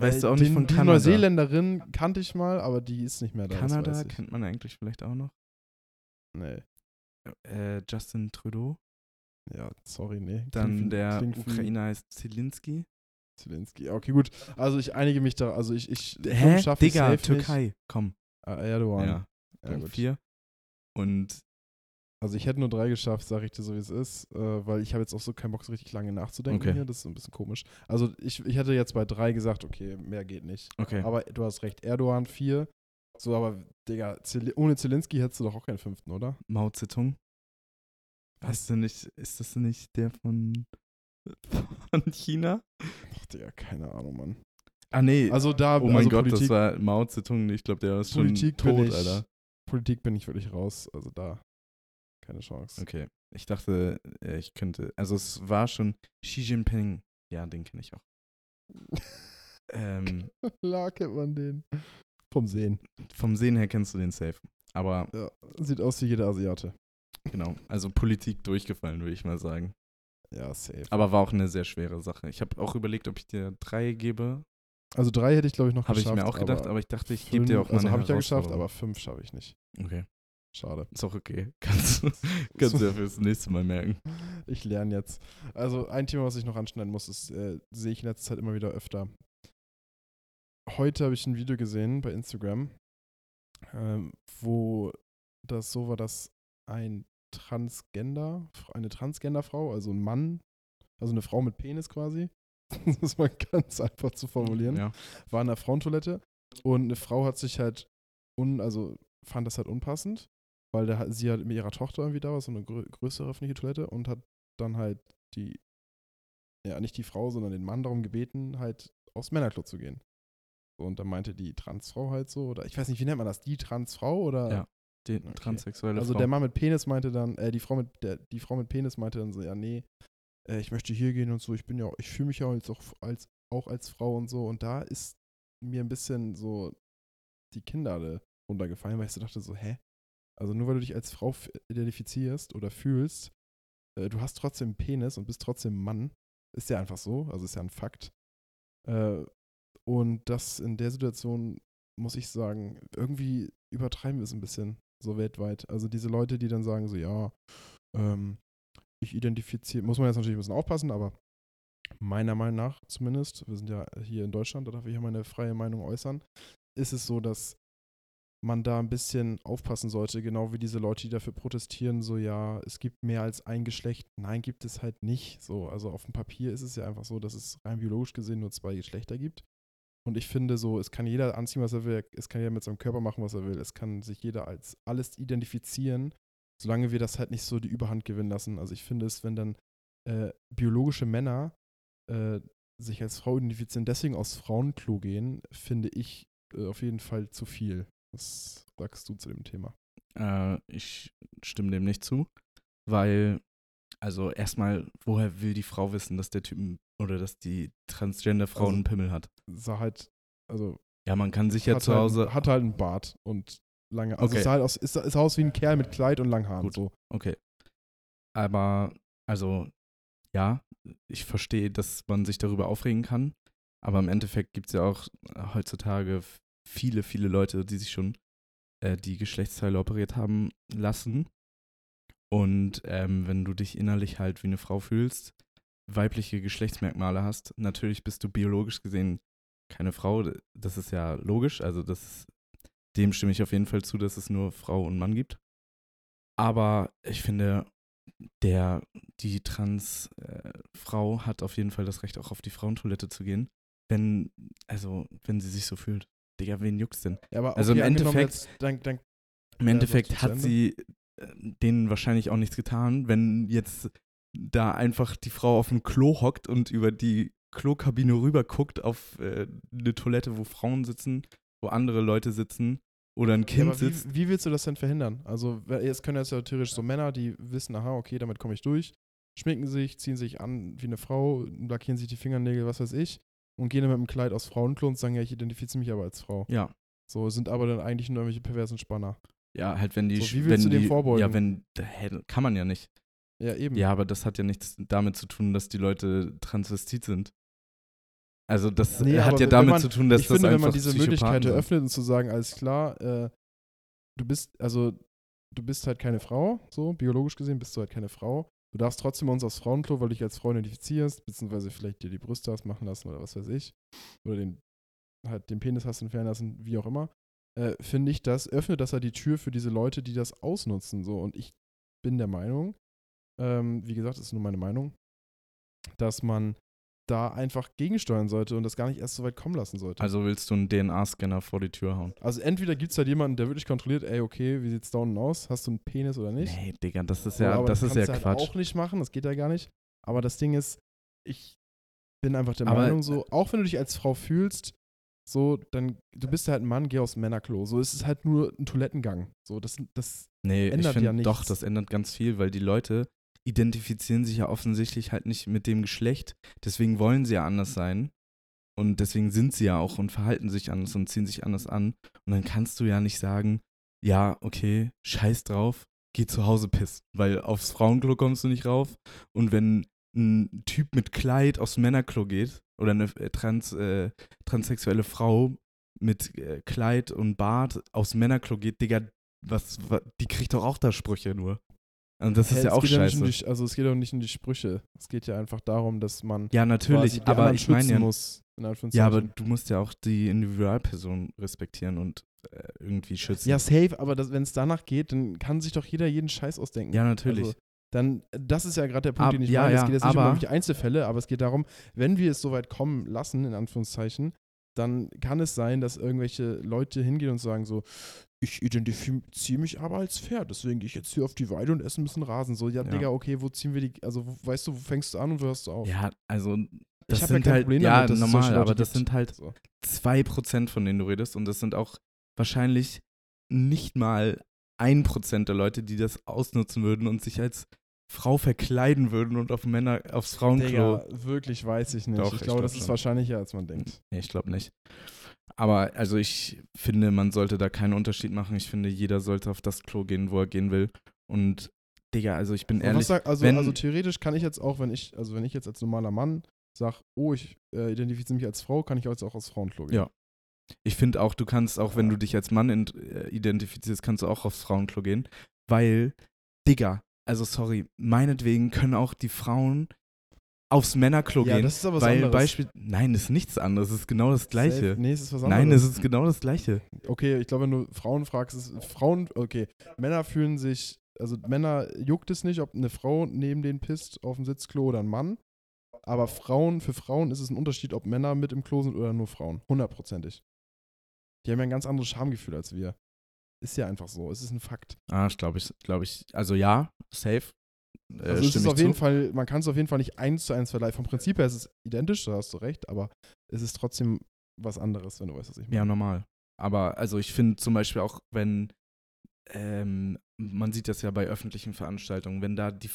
Speaker 1: weißt du auch
Speaker 2: den,
Speaker 1: nicht von
Speaker 2: die
Speaker 1: Kanada?
Speaker 2: Neuseeländerin kannte ich mal, aber die ist nicht mehr da. das
Speaker 1: Kanada
Speaker 2: weiß ich.
Speaker 1: kennt man eigentlich vielleicht auch noch.
Speaker 2: Nee.
Speaker 1: Äh, Justin Trudeau.
Speaker 2: Ja, sorry, nee.
Speaker 1: Dann
Speaker 2: Klingt wie-
Speaker 1: der
Speaker 2: klingt wie
Speaker 1: Ukrainer heißt Zelensky.
Speaker 2: Zelensky. Okay, gut. Also ich einige mich da, also ich, ich
Speaker 1: Hä?
Speaker 2: schaff ich
Speaker 1: Digga,
Speaker 2: safe
Speaker 1: Türkei. Komm.
Speaker 2: Nicht. Ah, Erdogan.
Speaker 1: Ja,
Speaker 2: ja
Speaker 1: dann
Speaker 2: gut.
Speaker 1: vier. Und
Speaker 2: Also ich hätte nur drei geschafft, sage ich dir so, wie es ist, äh, weil ich habe jetzt auch so keinen Bock, so richtig lange nachzudenken
Speaker 1: Okay.
Speaker 2: hier. Das ist so ein bisschen komisch. Also ich, ich hätte jetzt bei drei gesagt, okay, mehr geht nicht.
Speaker 1: okay.
Speaker 2: Aber du hast recht, Erdogan vier. So, aber Digga, Zel ohne Zelensky hättest du doch auch keinen fünften, oder?
Speaker 1: Mao Zedong. Weißt du nicht, ist das nicht der von, *laughs* von China?
Speaker 2: Ach, Digga, keine Ahnung, Mann.
Speaker 1: Ah nee,
Speaker 2: Also da,
Speaker 1: oh mein
Speaker 2: also
Speaker 1: Gott, das
Speaker 2: Politik,
Speaker 1: war Mao Zedong. Ich glaube, der ist schon
Speaker 2: Politik bin
Speaker 1: tot,
Speaker 2: ich-
Speaker 1: Alter.
Speaker 2: Politik bin ich wirklich raus. Also da, keine Chance.
Speaker 1: *laughs* Okay, ich dachte, äh, ich könnte, also es war schon Xi Jinping. Ja, den kenne ich auch.
Speaker 2: *laughs*
Speaker 1: Ähm,
Speaker 2: Klar kennt man den. Vom Sehen.
Speaker 1: vom Sehen her kennst du den safe. Aber
Speaker 2: Ja, sieht aus wie jeder Asiate.
Speaker 1: genau, also Politik durchgefallen, würde ich mal sagen.
Speaker 2: Ja, safe.
Speaker 1: Aber war auch eine sehr schwere Sache. Ich habe auch überlegt, ob ich dir drei gebe.
Speaker 2: Also drei hätte ich, glaube ich, noch
Speaker 1: Habe ich
Speaker 2: geschafft.
Speaker 1: mir auch gedacht, aber, ich dachte, ich gebe
Speaker 2: fünf-
Speaker 1: dir auch mal
Speaker 2: Also
Speaker 1: eine
Speaker 2: habe ich ja geschafft,
Speaker 1: Herausforderung.
Speaker 2: aber fünf schaffe ich nicht.
Speaker 1: Okay,
Speaker 2: Schade.
Speaker 1: ist auch okay. Kannst, du- *laughs* kannst
Speaker 2: *laughs*
Speaker 1: du ja fürs nächste Mal merken.
Speaker 2: Ich lerne jetzt. Also ein Thema, was ich noch anschneiden muss, ist, äh, sehe ich in letzter Zeit immer wieder öfter. Heute habe ich ein Video gesehen bei Instagram, ähm, wo das so war, dass ein Transgender, eine Transgenderfrau, also ein Mann, also eine Frau mit Penis quasi, *laughs* das ist mal ganz einfach zu formulieren,
Speaker 1: Ja.
Speaker 2: war in der Frauentoilette und eine Frau hat sich halt un, also fand das halt unpassend, weil da, sie halt mit ihrer Tochter irgendwie da war, so eine grö größere öffentliche Toilette und hat dann halt die, ja nicht die Frau, sondern den Mann darum gebeten, halt aufs Männerklo zu gehen. So, und dann meinte die Transfrau halt so, oder ich weiß nicht, wie nennt man das, die Transfrau oder?
Speaker 1: Ja, Die
Speaker 2: Okay.
Speaker 1: transsexuelle
Speaker 2: Also
Speaker 1: Frau.
Speaker 2: der Mann mit Penis meinte dann, äh, die Frau mit, der, die Frau mit Penis meinte dann so, ja, nee, äh, ich möchte hier gehen und so, ich bin ja, ich fühle mich ja jetzt auch als, auch als Frau und so. Und da ist mir ein bisschen so die Kinnlade runtergefallen, weil ich so dachte so, hä? Also nur weil du dich als Frau f- identifizierst oder fühlst, äh, du hast trotzdem einen Penis und bist trotzdem Mann. Ist ja einfach so, also ist ja ein Fakt. Äh, und das in der Situation, muss ich sagen, irgendwie übertreiben wir es ein bisschen, so weltweit. Also diese Leute, die dann sagen so, ja, ähm, ich identifiziere, muss man jetzt natürlich ein bisschen aufpassen, aber meiner Meinung nach zumindest, wir sind ja hier in Deutschland, da darf ich ja meine freie Meinung äußern, ist es so, dass man da ein bisschen aufpassen sollte, genau wie diese Leute, die dafür protestieren, so ja, es gibt mehr als ein Geschlecht. Nein, gibt es halt nicht. So, also auf dem Papier ist es ja einfach so, dass es rein biologisch gesehen nur zwei Geschlechter gibt. Und ich finde so, es kann jeder anziehen, was er will, es kann jeder mit seinem Körper machen, was er will, es kann sich jeder als alles identifizieren, solange wir das halt nicht so die Überhand gewinnen lassen. Also ich finde es, wenn dann äh, biologische Männer äh, sich als Frau identifizieren, deswegen aus Frauenklo gehen, finde ich äh, auf jeden Fall zu viel. Was sagst du zu dem Thema?
Speaker 1: Äh, ich stimme dem nicht zu, weil, also erstmal, woher will die Frau wissen, dass der Typen oder dass die Transgender-Frau
Speaker 2: Also-
Speaker 1: einen Pimmel hat?
Speaker 2: Sah halt, also
Speaker 1: Ja, man kann sich ja
Speaker 2: hat
Speaker 1: zu
Speaker 2: halt-
Speaker 1: Hause.
Speaker 2: hat halt einen Bart und lange, also
Speaker 1: Okay.
Speaker 2: sah halt aus, ist, ist aus wie ein Kerl mit Kleid und langen Haaren.
Speaker 1: Gut.
Speaker 2: So.
Speaker 1: Okay. Aber, also, ja, ich verstehe, dass man sich darüber aufregen kann. Aber im Endeffekt gibt es ja auch äh, heutzutage f- viele, viele Leute, die sich schon äh, die Geschlechtsteile operiert haben lassen. Und ähm, wenn du dich innerlich halt wie eine Frau fühlst, weibliche Geschlechtsmerkmale hast, natürlich bist du biologisch gesehen keine Frau. D- Das ist ja logisch. Also das ist, dem stimme ich auf jeden Fall zu, dass es nur Frau und Mann gibt. Aber ich finde, der, die Trans-Frau hat auf jeden Fall das Recht, auch auf die Frauentoilette zu gehen, wenn, also, wenn sie sich so fühlt. Digga, wen juckt's denn?
Speaker 2: Ja, aber
Speaker 1: Also im
Speaker 2: angenommen,
Speaker 1: Endeffekt-
Speaker 2: jetzt- dann, dann,
Speaker 1: Im
Speaker 2: Ja,
Speaker 1: Endeffekt
Speaker 2: sagst du zu
Speaker 1: hat sie
Speaker 2: ne?
Speaker 1: äh, denen wahrscheinlich auch nichts getan, wenn jetzt da einfach die Frau auf dem Klo hockt und über die Klokabine rüber guckt auf äh, eine Toilette, wo Frauen sitzen, wo andere Leute sitzen oder ein
Speaker 2: ja,
Speaker 1: Kind
Speaker 2: aber
Speaker 1: sitzt.
Speaker 2: wie, wie willst du das denn verhindern? Also, weil jetzt können jetzt ja theoretisch so Männer, die wissen, aha, okay, damit komme ich durch, schminken sich, ziehen sich an wie eine Frau, lackieren sich die Fingernägel, was weiß ich, und gehen dann mit einem Kleid aus Frauenklo und sagen, ja, ich identifiziere mich aber als Frau.
Speaker 1: Ja,
Speaker 2: So, sind aber dann eigentlich nur irgendwelche perversen Spanner.
Speaker 1: ja, halt wenn die,
Speaker 2: So, wie
Speaker 1: sch-
Speaker 2: willst
Speaker 1: wenn
Speaker 2: du dem
Speaker 1: die,
Speaker 2: vorbeugen?
Speaker 1: ja, wenn, hä, kann man ja nicht.
Speaker 2: Ja, eben.
Speaker 1: Ja, aber das hat ja nichts damit zu tun, dass die Leute transvestit sind. Also das
Speaker 2: Nee,
Speaker 1: hat
Speaker 2: aber
Speaker 1: ja
Speaker 2: wenn
Speaker 1: damit
Speaker 2: man-
Speaker 1: zu tun, dass
Speaker 2: ich
Speaker 1: das
Speaker 2: finde, wenn
Speaker 1: einfach
Speaker 2: man diese
Speaker 1: Psychopathen
Speaker 2: Möglichkeit
Speaker 1: sind.
Speaker 2: eröffnet und zu sagen, alles klar, äh, du bist, also du bist halt keine Frau, so biologisch gesehen bist du halt keine Frau. Du darfst trotzdem bei uns aufs Frauenklo, weil du dich als Frau identifizierst, beziehungsweise vielleicht dir die Brüste hast machen lassen oder was weiß ich. Oder den, halt den Penis hast entfernen lassen, wie auch immer. Äh, finde ich, das öffnet das halt die Tür für diese Leute, die das ausnutzen. So. Und ich bin der Meinung, ähm, wie gesagt, das ist nur meine Meinung, dass man da einfach gegensteuern sollte und das gar nicht erst so weit kommen lassen sollte.
Speaker 1: Also willst du einen DNA-Scanner vor die Tür hauen?
Speaker 2: Also entweder gibt es halt jemanden, der wirklich kontrolliert, ey, okay, wie sieht's da unten aus? Hast du einen Penis oder nicht?
Speaker 1: Nee, Digga, das ist
Speaker 2: So,
Speaker 1: ja,
Speaker 2: aber
Speaker 1: das ist ja
Speaker 2: kannst du Halt
Speaker 1: Quatsch.
Speaker 2: auch nicht machen, das geht ja gar nicht. Aber das Ding ist, ich bin einfach der
Speaker 1: Aber- äh,
Speaker 2: Meinung, so, auch wenn du dich als Frau fühlst, so, dann, du bist halt ein Mann, geh aus dem Männerklo. So, es ist halt nur ein Toilettengang. So, das, das,
Speaker 1: nee, ich
Speaker 2: ändert ja
Speaker 1: finde doch,
Speaker 2: nichts.
Speaker 1: das ändert ganz viel, weil die Leute identifizieren sich ja offensichtlich halt nicht mit dem Geschlecht. Deswegen wollen sie ja anders sein. Und deswegen sind sie ja auch und verhalten sich anders und ziehen sich anders an. Und dann kannst du ja nicht sagen, ja, okay, scheiß drauf, geh zu Hause pissen. Weil aufs Frauenklo kommst du nicht rauf. Und wenn ein Typ mit Kleid aufs Männerklo geht oder eine äh, trans, äh, transsexuelle Frau mit äh, Kleid und Bart aufs Männerklo geht, Digga, was, wa- die kriegt doch auch da Sprüche nur. Und das
Speaker 2: Hä,
Speaker 1: ist ja
Speaker 2: es
Speaker 1: auch
Speaker 2: geht nicht um
Speaker 1: scheiße.
Speaker 2: die, also, es geht auch nicht um die Sprüche. Es geht ja einfach darum, dass man
Speaker 1: Ja,
Speaker 2: quasi
Speaker 1: natürlich,
Speaker 2: die
Speaker 1: aber
Speaker 2: anderen
Speaker 1: ich meine
Speaker 2: schützen
Speaker 1: ja,
Speaker 2: muss. In Anführungszeichen.
Speaker 1: ja, aber du musst ja auch die Individualperson respektieren und äh, irgendwie schützen.
Speaker 2: Ja, safe, aber wenn es danach geht, dann kann sich doch jeder jeden Scheiß ausdenken.
Speaker 1: Ja, natürlich.
Speaker 2: Also, dann, das ist ja gerade der
Speaker 1: Ab-
Speaker 2: Punkt, den ich
Speaker 1: ja,
Speaker 2: meine.
Speaker 1: ja,
Speaker 2: es geht jetzt nicht um
Speaker 1: aber-
Speaker 2: irgendwelche Einzelfälle, aber es geht darum, wenn wir es so weit kommen lassen, in Anführungszeichen, dann kann es sein, dass irgendwelche Leute hingehen und sagen so, ich identifiziere mich aber als Pferd, deswegen gehe ich jetzt hier auf die Weide und esse ein bisschen Rasen. So, ja,
Speaker 1: Ja.
Speaker 2: Digga, okay, wo ziehen wir die, also wo, weißt du, wo fängst du an und wo hörst du auf?
Speaker 1: ja, also das
Speaker 2: oh. ich habe ja
Speaker 1: sind
Speaker 2: kein
Speaker 1: halt,
Speaker 2: Problem
Speaker 1: ja,
Speaker 2: damit, dass es solche
Speaker 1: normal,
Speaker 2: Leute
Speaker 1: aber das
Speaker 2: gibt.
Speaker 1: sind halt
Speaker 2: So.
Speaker 1: 2% von denen du redest und das sind auch wahrscheinlich nicht mal 1% der Leute, die das ausnutzen würden und sich als Frau verkleiden würden und auf Männer, aufs Frauenklo.
Speaker 2: Digga, wirklich weiß ich nicht.
Speaker 1: Doch, ich
Speaker 2: ich glaube,
Speaker 1: glaub
Speaker 2: das ist
Speaker 1: schon.
Speaker 2: wahrscheinlicher, als man denkt.
Speaker 1: Nee, ich glaube nicht. Aber also ich finde, man sollte da keinen Unterschied machen. Ich finde, jeder sollte auf das Klo gehen, wo er gehen will. Und Digga, also ich bin
Speaker 2: Und
Speaker 1: ehrlich,
Speaker 2: was sag, also,
Speaker 1: wenn-
Speaker 2: also theoretisch kann ich jetzt auch, wenn ich, also wenn ich jetzt als normaler Mann sage, oh, ich äh, identifiziere mich als Frau, kann ich jetzt auch als Frauenklo gehen.
Speaker 1: Ja. Ich finde auch, du kannst auch, wenn du dich als Mann in, äh, identifizierst, kannst du auch aufs Frauenklo gehen, weil, Digga, also sorry, meinetwegen können auch die Frauen aufs Männerklo
Speaker 2: ja,
Speaker 1: gehen.
Speaker 2: das ist aber was
Speaker 1: weil
Speaker 2: anderes.
Speaker 1: Beispiel. Nein, es ist nichts anderes, es ist genau das Gleiche.
Speaker 2: Safe. Nee, es ist was anderes.
Speaker 1: Nein, es ist genau das Gleiche.
Speaker 2: okay, ich glaube, wenn du Frauen fragst, ist Frauen, okay, Männer fühlen sich, also Männer juckt es nicht, ob eine Frau neben denen pisst auf dem Sitzklo oder ein Mann. Aber Frauen, für Frauen ist es ein Unterschied, ob Männer mit im Klo sind oder nur Frauen. Hundertprozentig. Die haben ja ein ganz anderes Schamgefühl als wir. Ist ja einfach so. Es ist ein Fakt.
Speaker 1: Ah, ich glaube ich, glaube ich. Also ja, safe. Äh,
Speaker 2: Also
Speaker 1: stimme
Speaker 2: es ist
Speaker 1: ich
Speaker 2: auf jeden
Speaker 1: zu.
Speaker 2: Fall, man kann es auf jeden Fall nicht eins zu eins vergleichen. Vom Prinzip her ist es identisch, da hast du recht, aber es ist trotzdem was anderes, wenn du weißt, was ich meine.
Speaker 1: Ja, normal. Aber also ich finde zum Beispiel auch, wenn ähm, man sieht das ja bei öffentlichen Veranstaltungen, wenn da die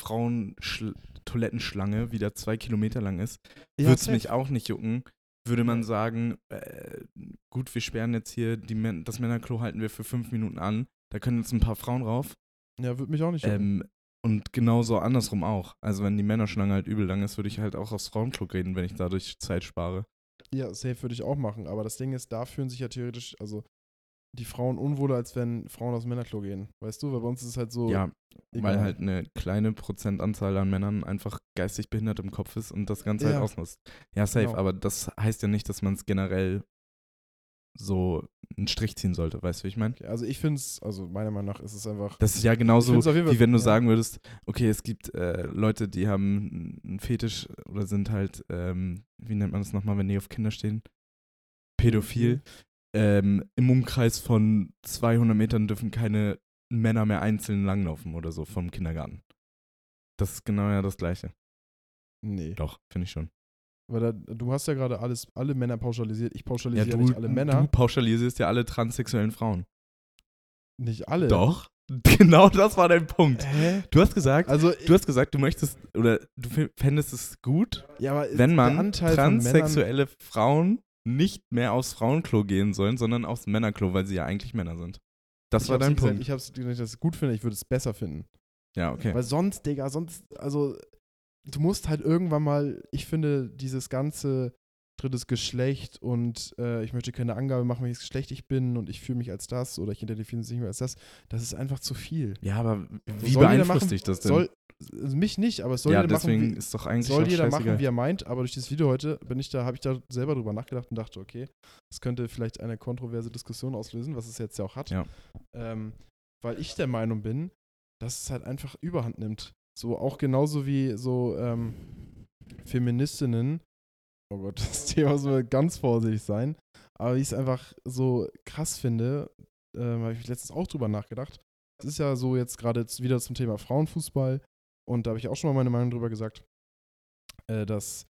Speaker 1: Frauen-Toilettenschlange wieder zwei Kilometer lang ist, würde es
Speaker 2: safe.
Speaker 1: mich auch nicht jucken. Würde man sagen, äh, gut, wir sperren jetzt hier die Män das Männerklo halten wir für fünf Minuten an. Da können jetzt ein paar Frauen rauf.
Speaker 2: Ja, würde mich auch nicht. jucken.
Speaker 1: Ähm, und genauso andersrum auch. Also wenn die Männerschlange halt übel lang ist, würde ich halt auch aufs Frauenklo reden, wenn ich dadurch Zeit spare.
Speaker 2: Ja, safe würde ich auch machen. Aber das Ding ist, da fühlen sich ja theoretisch, also die Frauen unwohler, als wenn Frauen aus dem Männerklo gehen. Weißt du, weil bei uns ist es halt so.
Speaker 1: Ja,
Speaker 2: egal.
Speaker 1: Weil halt eine kleine Prozentanzahl an Männern einfach geistig behindert im Kopf ist und das Ganze
Speaker 2: Ja.
Speaker 1: halt ausnutzt. Ja, safe,
Speaker 2: Genau.
Speaker 1: aber das heißt ja nicht, dass man es generell so einen Strich ziehen sollte, weißt du, wie ich meine?
Speaker 2: Okay, also ich finde es, also meiner Meinung nach ist es einfach.
Speaker 1: Das ist ja
Speaker 2: Ich
Speaker 1: genauso,
Speaker 2: find's auf jeden Fall-
Speaker 1: wie wenn du
Speaker 2: ja.
Speaker 1: sagen würdest, okay, es gibt äh, Leute, die haben einen Fetisch oder sind halt, ähm, wie nennt man das nochmal, wenn die auf Kinder stehen? Pädophil. Ähm, Im Umkreis von 200 Metern dürfen keine Männer mehr einzeln langlaufen oder so vom Kindergarten. Das ist genau ja das Gleiche.
Speaker 2: Nee.
Speaker 1: Doch, finde ich schon.
Speaker 2: Weil da, du hast ja gerade alles, alle Männer pauschalisiert. Ich
Speaker 1: Ja,
Speaker 2: pauschalisiere ja,
Speaker 1: du,
Speaker 2: nicht alle Männer.
Speaker 1: du pauschalisierst ja alle transsexuellen Frauen.
Speaker 2: Nicht alle.
Speaker 1: Doch. *laughs* Genau das war dein Punkt.
Speaker 2: Hä?
Speaker 1: Du hast gesagt,
Speaker 2: Also,
Speaker 1: Du hast gesagt, du möchtest oder du f- fändest es gut,
Speaker 2: ja, aber
Speaker 1: wenn
Speaker 2: der
Speaker 1: man
Speaker 2: Anteil von Männern,
Speaker 1: transsexuelle Frauen nicht mehr aufs Frauenklo gehen sollen, sondern aufs Männerklo, weil sie ja eigentlich Männer sind. Das
Speaker 2: ich
Speaker 1: war
Speaker 2: hab's
Speaker 1: dein
Speaker 2: nicht gesagt,
Speaker 1: Punkt.
Speaker 2: Ich hab's gesagt, dass ich es gut finde, ich würde es besser finden.
Speaker 1: ja, okay.
Speaker 2: Weil sonst, Digga, sonst, also, du musst halt irgendwann mal, ich finde, dieses ganze drittes Geschlecht und äh, ich möchte keine Angabe machen, welches Geschlecht ich bin und ich fühle mich als das oder ich identifiziere mich nicht mehr als das, das ist einfach zu viel.
Speaker 1: Ja, aber wie
Speaker 2: Soll jeder
Speaker 1: beeinflusst
Speaker 2: machen-
Speaker 1: dich das denn?
Speaker 2: Soll, also mich nicht, aber es soll
Speaker 1: ja,
Speaker 2: jeder
Speaker 1: deswegen
Speaker 2: machen,
Speaker 1: ist doch
Speaker 2: wie,
Speaker 1: eigentlich
Speaker 2: soll
Speaker 1: auch
Speaker 2: jeder
Speaker 1: scheißegal.
Speaker 2: machen, wie er meint, aber durch dieses Video heute bin ich da, habe ich da selber drüber nachgedacht und dachte, okay, das könnte vielleicht eine kontroverse Diskussion auslösen, was es jetzt ja auch hat.
Speaker 1: Ja.
Speaker 2: Ähm, weil ich der Meinung bin, dass es halt einfach Überhand nimmt. So auch genauso wie so ähm, Feministinnen. Oh Gott, *laughs* das Thema muss man ganz vorsichtig sein. Aber ich es einfach so krass finde, ähm, habe ich letztens auch drüber nachgedacht. Es ist ja so jetzt gerade jetzt wieder zum Thema Frauenfußball. Und da habe ich auch schon mal meine Meinung drüber gesagt, äh, dass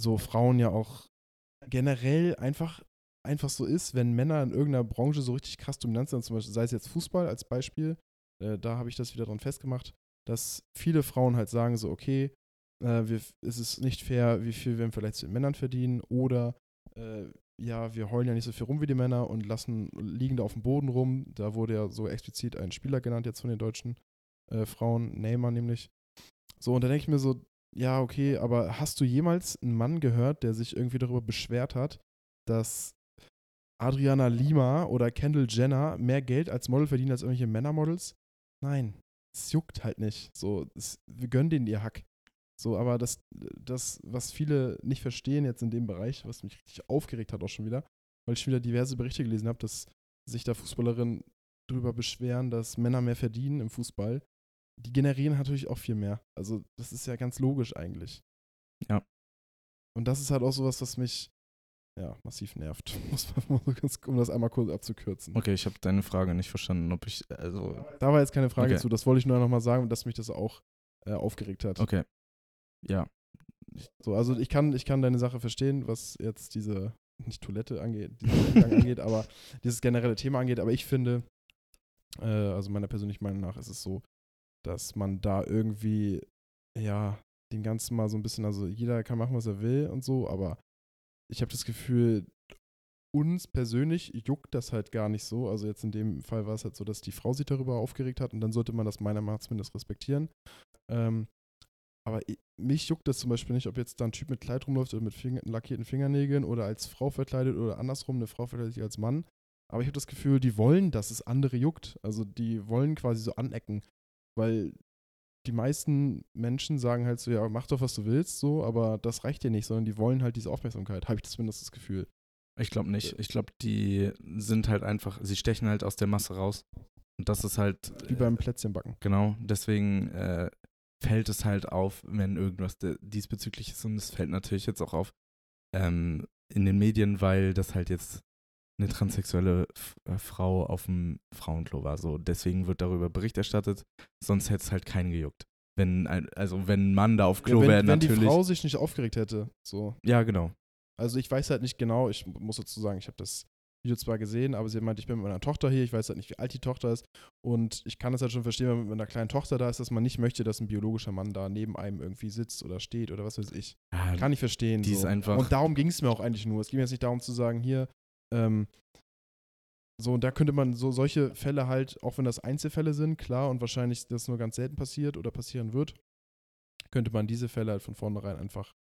Speaker 2: so Frauen ja auch generell einfach einfach so ist, wenn Männer in irgendeiner Branche so richtig krass dominant sind, zum Beispiel, sei es jetzt Fußball als Beispiel, äh, da habe ich das wieder dran festgemacht, dass viele Frauen halt sagen so, okay, äh, wir, es ist nicht fair, wie viel wir vielleicht zu den Männern verdienen oder äh, ja, wir heulen ja nicht so viel rum wie die Männer und lassen liegen da auf dem Boden rum. Da wurde ja so explizit ein Spieler genannt jetzt von den deutschen äh, Frauen, Neymar nämlich. So, und da denke ich mir so, ja, okay, aber hast du jemals einen Mann gehört, der sich irgendwie darüber beschwert hat, dass Adriana Lima oder Kendall Jenner mehr Geld als Model verdienen als irgendwelche Männermodels? Nein, es juckt halt nicht. So, es, wir gönnen denen ihr Hack. So, aber das, das, was viele nicht verstehen jetzt in dem Bereich, was mich richtig aufgeregt hat auch schon wieder, weil ich schon wieder diverse Berichte gelesen habe, dass sich da Fußballerinnen drüber beschweren, dass Männer mehr verdienen im Fußball. Die generieren natürlich auch viel mehr. Also, das ist ja ganz logisch eigentlich.
Speaker 1: Ja.
Speaker 2: Und das ist halt auch sowas, was mich ja, massiv nervt, *laughs* muss man mal so ganz, um das einmal kurz abzukürzen.
Speaker 1: Okay, ich habe deine Frage nicht verstanden, ob ich also
Speaker 2: Da war jetzt keine Frage
Speaker 1: Okay.
Speaker 2: zu, das wollte ich nur nochmal sagen, dass mich das auch äh, aufgeregt hat.
Speaker 1: okay. Ja,
Speaker 2: So, also ich kann, ich kann deine Sache verstehen, was jetzt diese, nicht Toilette angeht, diesen Eingang angeht, aber dieses generelle Thema angeht, aber ich finde, äh, also meiner persönlichen Meinung nach ist es so, dass man da irgendwie, ja, dem Ganzen mal so ein bisschen, also jeder kann machen, was er will und so, aber ich habe das Gefühl, uns persönlich juckt das halt gar nicht so. Also jetzt in dem Fall war es halt so, dass die Frau sich darüber aufgeregt hat und dann sollte man das meiner Meinung nach zumindest respektieren. Ähm, aber i- mich juckt das zum Beispiel nicht, ob jetzt da ein Typ mit Kleid rumläuft oder mit Finger, lackierten Fingernägeln oder als Frau verkleidet oder andersrum, eine Frau verkleidet sich als Mann. Aber ich habe das Gefühl, die wollen, dass es andere juckt. Also die wollen quasi so anecken, weil die meisten Menschen sagen halt so, ja, mach doch, was du willst, so, aber das reicht dir nicht, sondern die wollen halt diese Aufmerksamkeit. Habe ich zumindest das Gefühl.
Speaker 1: *laughs* Ich glaube nicht. Ich glaube, die sind halt einfach, sie stechen halt aus der Masse raus. Und das ist halt,
Speaker 2: Wie beim Plätzchenbacken.
Speaker 1: genau, deswegen äh, fällt es halt auf, wenn irgendwas de- diesbezüglich ist. Und es fällt natürlich jetzt auch auf ähm, in den Medien, weil das halt jetzt eine transsexuelle F äh, Frau auf dem Frauenklo war. So, deswegen wird darüber Bericht erstattet. Sonst hätte es halt keinen gejuckt. Wenn ein, also wenn ein Mann da auf Klo
Speaker 2: ja, wenn,
Speaker 1: wäre,
Speaker 2: wenn
Speaker 1: natürlich.
Speaker 2: die Frau sich nicht aufgeregt hätte, so.
Speaker 1: ja, genau.
Speaker 2: Also ich weiß halt nicht genau, ich muss dazu sagen, ich habe das Video zwar gesehen, aber sie meinte, ich bin mit meiner Tochter hier, ich weiß halt nicht, wie alt die Tochter ist und ich kann das halt schon verstehen, wenn man mit einer kleinen Tochter da ist, dass man nicht möchte, dass ein biologischer Mann da neben einem irgendwie sitzt oder steht oder was weiß ich.
Speaker 1: Ja, halt,
Speaker 2: Kann ich verstehen.
Speaker 1: die
Speaker 2: so.
Speaker 1: ist einfach-
Speaker 2: und darum ging es mir auch eigentlich nur. Es ging mir jetzt nicht darum zu sagen, hier, ähm, so, und da könnte man so solche Fälle halt, auch wenn das Einzelfälle sind, klar, und wahrscheinlich das nur ganz selten passiert oder passieren wird, könnte man diese Fälle halt von vornherein einfach.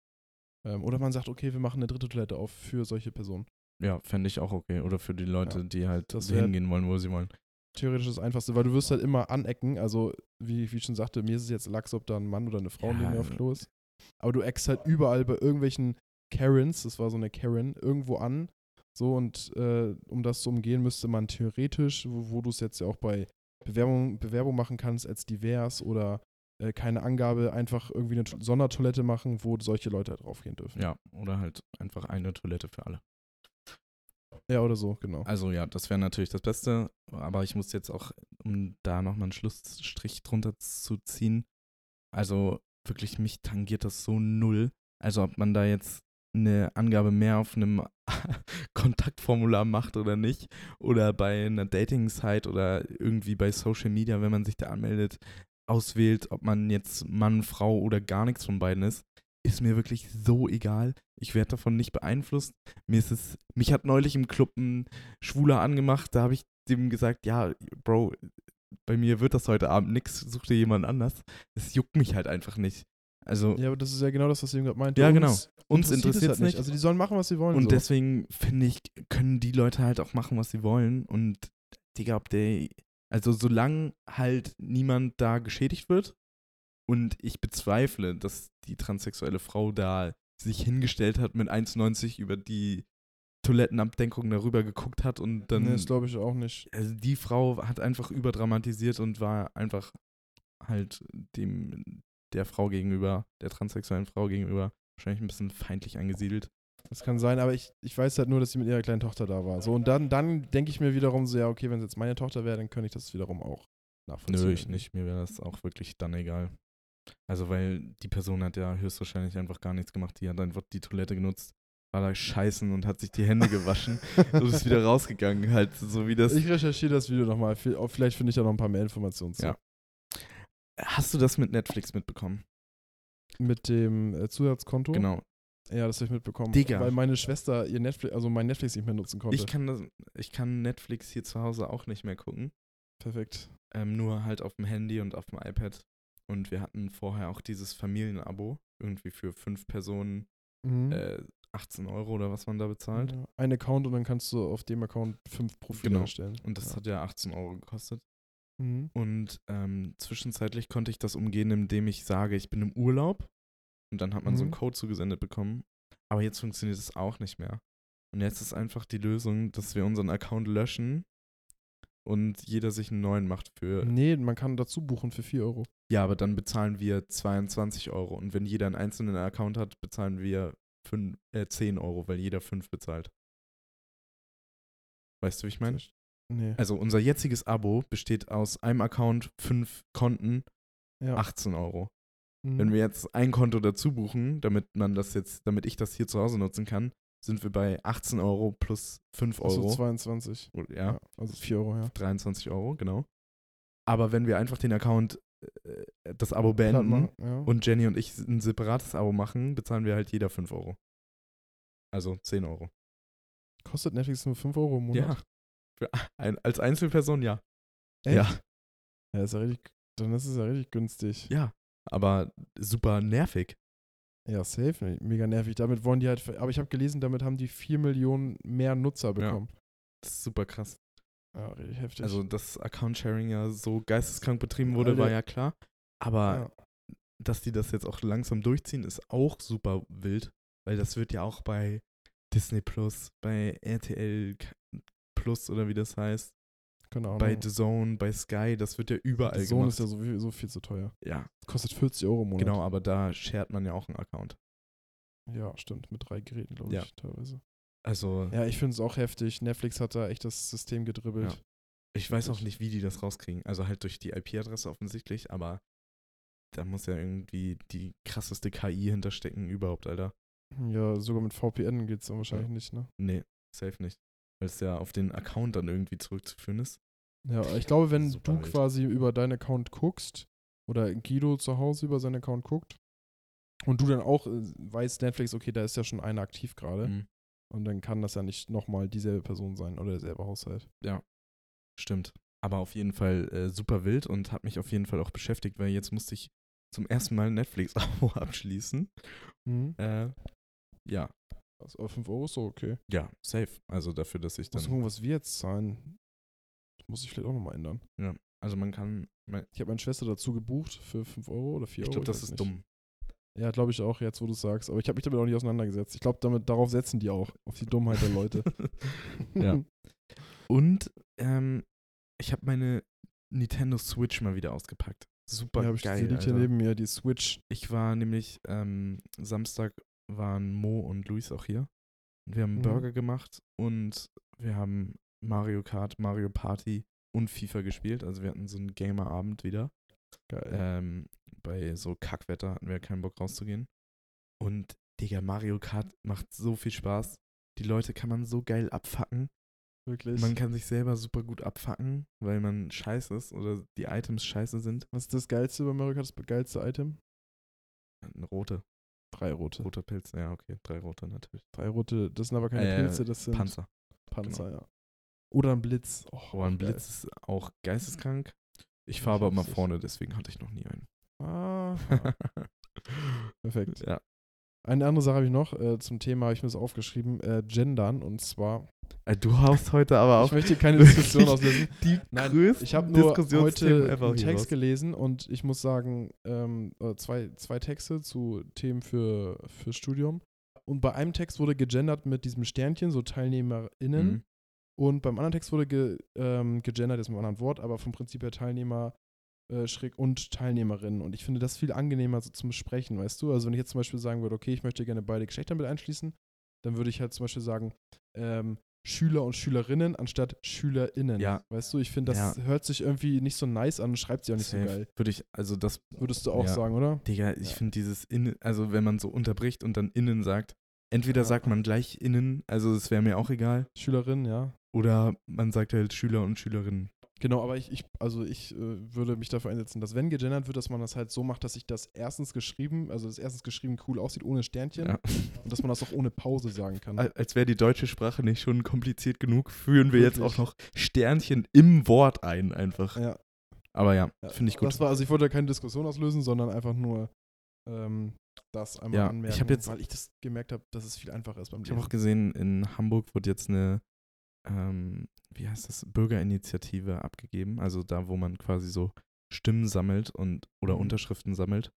Speaker 2: Ähm, oder man sagt, okay, wir machen eine dritte Toilette auf für solche Personen.
Speaker 1: Ja, fände ich auch okay. Oder für die Leute,
Speaker 2: Ja,
Speaker 1: die halt
Speaker 2: das wär-
Speaker 1: hingehen wollen, wo sie wollen.
Speaker 2: Theoretisch das Einfachste, weil du wirst halt immer anecken. Also, wie, wie ich schon sagte, mir ist es jetzt lax, ob da ein Mann oder eine Frau
Speaker 1: Ja,
Speaker 2: neben mir auf Klo ist. Aber du eckst halt überall bei irgendwelchen Karens, das war so eine Karen, irgendwo an. So und äh, um das zu umgehen, müsste man theoretisch, wo, wo du es jetzt ja auch bei Bewerbung, Bewerbung machen kannst, als divers oder äh, keine Angabe, einfach irgendwie eine To- Sondertoilette machen, wo solche Leute halt draufgehen dürfen.
Speaker 1: Ja, oder halt einfach eine Toilette für alle.
Speaker 2: Ja, oder so, genau.
Speaker 1: Also ja, das wäre natürlich das Beste, aber ich muss jetzt auch, um da nochmal einen Schlussstrich drunter zu ziehen, also wirklich mich tangiert das so null. Also ob man da jetzt eine Angabe mehr auf einem *laughs* Kontaktformular macht oder nicht, oder bei einer Dating-Site oder irgendwie bei Social Media, wenn man sich da anmeldet, auswählt, ob man jetzt Mann, Frau oder gar nichts von beiden ist, ist mir wirklich so egal. Ich werde davon nicht beeinflusst. Mir ist es, mich hat neulich im Club ein Schwuler angemacht, da habe ich dem gesagt, ja, Bro, bei mir wird das heute Abend nix, such dir jemand anders. Es juckt mich halt einfach nicht. Also
Speaker 2: Ja, aber das ist ja genau das, was ich eben gerade meinte.
Speaker 1: Ja,
Speaker 2: Uns
Speaker 1: genau. uns
Speaker 2: es
Speaker 1: interessiert es
Speaker 2: halt
Speaker 1: nicht.
Speaker 2: Also die sollen machen, was sie wollen.
Speaker 1: Und
Speaker 2: so.
Speaker 1: deswegen finde ich, können die Leute halt auch machen, was sie wollen. Und Digga, ob der. Also, solange halt niemand da geschädigt wird und ich bezweifle, dass die transsexuelle Frau da sich hingestellt hat mit 1,90 über die Toilettenabdenkung darüber geguckt hat und dann.
Speaker 2: nee, das glaube ich auch nicht.
Speaker 1: also, die Frau hat einfach überdramatisiert und war einfach halt dem der Frau gegenüber, der transsexuellen Frau gegenüber, wahrscheinlich ein bisschen feindlich angesiedelt.
Speaker 2: Das kann sein, aber ich, ich weiß halt nur, dass sie mit ihrer kleinen Tochter da war. So, und dann, dann denke ich mir wiederum so, ja, okay, wenn es jetzt meine Tochter wäre, dann könnte ich das wiederum auch nachvollziehen.
Speaker 1: Nö, ich nicht. Mir wäre das auch wirklich dann egal. Also, weil die Person hat ja höchstwahrscheinlich einfach gar nichts gemacht. Die hat einfach die Toilette genutzt, war da scheißen und hat sich die Hände
Speaker 2: *laughs*
Speaker 1: gewaschen und ist wieder rausgegangen. Halt, so wie das.
Speaker 2: Ich recherchiere das Video nochmal. Vielleicht finde ich da noch ein paar mehr Informationen zu.
Speaker 1: Ja. Hast du das mit Netflix mitbekommen?
Speaker 2: Mit dem äh, Zusatzkonto.
Speaker 1: Genau.
Speaker 2: Ja, das habe ich mitbekommen.
Speaker 1: Digga.
Speaker 2: Weil meine Schwester ihr Netflix, also mein Netflix nicht mehr nutzen konnte.
Speaker 1: Ich kann, das, ich kann Netflix hier zu Hause auch nicht mehr gucken.
Speaker 2: Perfekt.
Speaker 1: Ähm, nur halt auf dem Handy und auf dem iPad. Und wir hatten vorher auch dieses Familienabo. Irgendwie für fünf Personen
Speaker 2: Mhm.
Speaker 1: äh, 18 Euro oder was man da bezahlt.
Speaker 2: Ja. Ein Account und dann kannst du auf dem Account fünf Profile
Speaker 1: Genau.
Speaker 2: erstellen.
Speaker 1: Und das
Speaker 2: ja.
Speaker 1: hat ja 18 Euro gekostet.
Speaker 2: Mhm.
Speaker 1: Und ähm, zwischenzeitlich konnte ich das umgehen, indem ich sage, ich bin im Urlaub. Und dann hat man so einen
Speaker 2: Mhm.
Speaker 1: Code zugesendet bekommen. Aber jetzt funktioniert es auch nicht mehr. Und jetzt ist einfach die Lösung, dass wir unseren Account löschen und jeder sich einen neuen macht für.
Speaker 2: Nee, man kann dazu buchen für 4 Euro.
Speaker 1: Ja, aber dann bezahlen wir 22 Euro. Und wenn jeder einen einzelnen Account hat, bezahlen wir fün- äh, 10 Euro, weil jeder 5 bezahlt. Weißt du, wie ich meine?
Speaker 2: Nee.
Speaker 1: Also unser jetziges Abo besteht aus einem Account, fünf Konten,
Speaker 2: ja.
Speaker 1: 18 Euro.
Speaker 2: Mhm.
Speaker 1: Wenn wir jetzt ein Konto dazu buchen, damit man das jetzt, damit ich das hier zu Hause nutzen kann, sind wir bei 18 Euro plus 5
Speaker 2: Ach so,
Speaker 1: Euro.
Speaker 2: 22.
Speaker 1: Oder- ja,
Speaker 2: Also 4 Euro, Also ja.
Speaker 1: 23 Euro, genau. Aber wenn wir einfach den Account, äh, das Abo
Speaker 2: Platt
Speaker 1: beenden
Speaker 2: machen, ja.
Speaker 1: und Jenny und ich ein separates Abo machen, bezahlen wir halt jeder 5 Euro. Also 10 Euro.
Speaker 2: Kostet Netflix nur 5 Euro im Monat?
Speaker 1: Für ein, als Einzelperson, ja.
Speaker 2: Echt?
Speaker 1: Ja.
Speaker 2: Ja, ist ja richtig, dann ist es ja richtig günstig.
Speaker 1: Ja. Aber super nervig.
Speaker 2: Ja, safe. ne? Mega nervig. Damit wollen die halt, ver- aber ich habe gelesen, damit haben die 4 Millionen mehr Nutzer bekommen.
Speaker 1: Das ist super krass.
Speaker 2: Ja, richtig heftig.
Speaker 1: Also, dass Account-Sharing ja so geisteskrank betrieben wurde,
Speaker 2: Alter.
Speaker 1: war ja klar. Aber
Speaker 2: Ja.
Speaker 1: dass die das jetzt auch langsam durchziehen, ist auch super wild, weil das wird ja auch bei Disney Plus, bei RTL K- Plus oder wie das heißt,
Speaker 2: Keine Ahnung.
Speaker 1: bei The Zone, bei Sky, das wird ja überall
Speaker 2: Sohn
Speaker 1: gemacht.
Speaker 2: Genau. ist ja so, so viel zu teuer.
Speaker 1: ja,
Speaker 2: Kostet 40 Euro im Monat.
Speaker 1: genau, aber da shared man ja auch einen Account.
Speaker 2: Ja, stimmt. Mit drei Geräten, glaube ich,
Speaker 1: Ja.
Speaker 2: teilweise.
Speaker 1: Also
Speaker 2: Ja, ich finde es auch heftig. Netflix hat da echt das System gedribbelt.
Speaker 1: Ja. ich weiß auch nicht,
Speaker 2: wirklich.
Speaker 1: wie die das rauskriegen. Also halt durch die IP-Adresse offensichtlich, aber da muss ja irgendwie die krasseste KI hinterstecken überhaupt, Alter.
Speaker 2: Ja, sogar mit VPN geht es dann wahrscheinlich nicht, ne?
Speaker 1: Nee, safe nicht. Weil es ja auf den Account dann irgendwie zurückzuführen ist.
Speaker 2: Ja, ich glaube, wenn
Speaker 1: Super
Speaker 2: du
Speaker 1: wild.
Speaker 2: quasi über deinen Account guckst oder Guido zu Hause über seinen Account guckt und du dann auch äh, weißt, Netflix, okay, da ist ja schon einer aktiv gerade
Speaker 1: Mhm.
Speaker 2: und dann kann das ja nicht nochmal dieselbe Person sein oder derselbe Haushalt.
Speaker 1: Stimmt. Aber auf jeden Fall äh, super wild und hat mich auf jeden Fall auch beschäftigt, weil jetzt musste ich zum ersten Mal ein Netflix-Abo *laughs* abschließen.
Speaker 2: Mhm.
Speaker 1: Äh, ja,
Speaker 2: Also 5 Euro ist so okay.
Speaker 1: ja, safe. Also dafür, dass ich
Speaker 2: Muss
Speaker 1: dann.
Speaker 2: gucken, was wir jetzt zahlen. Das muss ich vielleicht auch nochmal ändern.
Speaker 1: Also man kann. Man,
Speaker 2: Ich habe meine Schwester dazu gebucht für 5 Euro oder 4
Speaker 1: ich
Speaker 2: Euro.
Speaker 1: glaube, das
Speaker 2: weiß
Speaker 1: ist
Speaker 2: nicht.
Speaker 1: dumm.
Speaker 2: Ja, glaube ich auch, jetzt wo du es sagst. Aber ich habe mich damit auch nicht auseinandergesetzt. Ich glaube, damit darauf setzen die auch, auf die Dummheit der Leute. *laughs*
Speaker 1: Ja. *laughs* und ähm, ich habe meine Nintendo Switch mal wieder ausgepackt. Super
Speaker 2: Ja, hab ich,
Speaker 1: geil.
Speaker 2: die liegt hier
Speaker 1: Alter.
Speaker 2: neben mir, die Switch.
Speaker 1: Ich war nämlich ähm, Samstag waren Mo und Luis auch hier. Und wir haben einen
Speaker 2: Mhm.
Speaker 1: Burger gemacht und wir haben Mario Kart, Mario Party und FIFA gespielt. Also wir hatten so einen Gamer-Abend wieder.
Speaker 2: Geil.
Speaker 1: Ähm, bei so Kackwetter hatten wir keinen Bock rauszugehen. Und Digga, Mario Kart macht so viel Spaß. Die Leute kann man so geil abfacken.
Speaker 2: Wirklich.
Speaker 1: Man kann sich selber super gut abfacken, weil man scheiße ist oder die Items scheiße sind.
Speaker 2: Was ist das geilste bei Mario Kart, das geilste Item?
Speaker 1: Eine rote,
Speaker 2: Drei rote.
Speaker 1: roter Pilz. Ja, okay, drei rote natürlich.
Speaker 2: Drei rote, das sind aber keine
Speaker 1: Äh,
Speaker 2: Pilze, das sind
Speaker 1: Panzer.
Speaker 2: Panzer, ja. Oder ein Blitz. Och,
Speaker 1: Aber ein
Speaker 2: geil.
Speaker 1: Blitz ist auch geisteskrank. Ich
Speaker 2: Ich
Speaker 1: fahre aber
Speaker 2: hab's
Speaker 1: immer
Speaker 2: nicht.
Speaker 1: vorne, deswegen hatte ich noch nie einen.
Speaker 2: Ah, perfekt.
Speaker 1: *laughs* ja.
Speaker 2: Eine andere Sache habe ich noch, äh, zum Thema habe ich mir das aufgeschrieben, äh, Gendern. Und zwar,
Speaker 1: Äh, Du haust heute aber auch
Speaker 2: ich möchte keine
Speaker 1: *laughs*
Speaker 2: Diskussion auslösen.
Speaker 1: die
Speaker 2: Nein,
Speaker 1: größten
Speaker 2: Ich habe nur
Speaker 1: Diskussionsthemen
Speaker 2: heute
Speaker 1: ever
Speaker 2: einen
Speaker 1: hier
Speaker 2: Text
Speaker 1: raus.
Speaker 2: gelesen und ich muss sagen, ähm, äh, zwei, zwei Texte zu Themen für, für Studium. Und bei einem Text wurde gegendert mit diesem Sternchen, so TeilnehmerInnen.
Speaker 1: Mhm.
Speaker 2: Und beim anderen Text wurde ge, ähm, gegendert, jetzt mit einem anderen Wort, aber vom Prinzip her Teilnehmer äh, schräg und Teilnehmerinnen. Und ich finde das viel angenehmer so zum Sprechen, weißt du? Also wenn ich jetzt zum Beispiel sagen würde, okay, ich möchte gerne beide Geschlechter mit einschließen, dann würde ich halt zum Beispiel sagen, ähm, Schüler und Schülerinnen anstatt SchülerInnen.
Speaker 1: Ja.
Speaker 2: Weißt du, ich finde, das hört sich irgendwie nicht so nice an und schreibt sich auch nicht
Speaker 1: Safe.
Speaker 2: so geil.
Speaker 1: Würde ich, also das,
Speaker 2: Würdest du auch
Speaker 1: Ja.
Speaker 2: sagen, oder?
Speaker 1: Digga, ich
Speaker 2: Ja.
Speaker 1: finde dieses innen, also wenn man so unterbricht und dann innen sagt, entweder
Speaker 2: Ja.
Speaker 1: sagt man gleich innen, also es wäre mir auch egal,
Speaker 2: Schülerin, ja.
Speaker 1: oder man sagt halt Schüler und Schülerinnen.
Speaker 2: Genau, aber ich, ich also ich äh, würde mich dafür einsetzen, dass wenn gegendert wird, dass man das halt so macht, dass sich das erstens geschrieben, also das erstens geschrieben cool aussieht ohne Sternchen
Speaker 1: Ja. Äh,
Speaker 2: und dass man das auch ohne Pause sagen kann.
Speaker 1: Al- Als wäre die deutsche Sprache nicht schon kompliziert genug, führen wir jetzt auch noch
Speaker 2: Wirklich.
Speaker 1: Sternchen im Wort ein, einfach.
Speaker 2: Ja,
Speaker 1: Aber ja,
Speaker 2: ja.
Speaker 1: finde ich gut.
Speaker 2: Das war, also ich wollte keine Diskussion auslösen, sondern einfach nur ähm, das einmal
Speaker 1: Ja, ich
Speaker 2: anmerken,
Speaker 1: hab jetzt-
Speaker 2: weil ich das gemerkt habe, dass es viel einfacher ist beim
Speaker 1: Ich habe
Speaker 2: Lesen.
Speaker 1: auch gesehen, in Hamburg wird jetzt eine, ähm, wie heißt das, Bürgerinitiative abgegeben. Also da, wo man quasi so Stimmen sammelt und oder
Speaker 2: Mhm.
Speaker 1: Unterschriften sammelt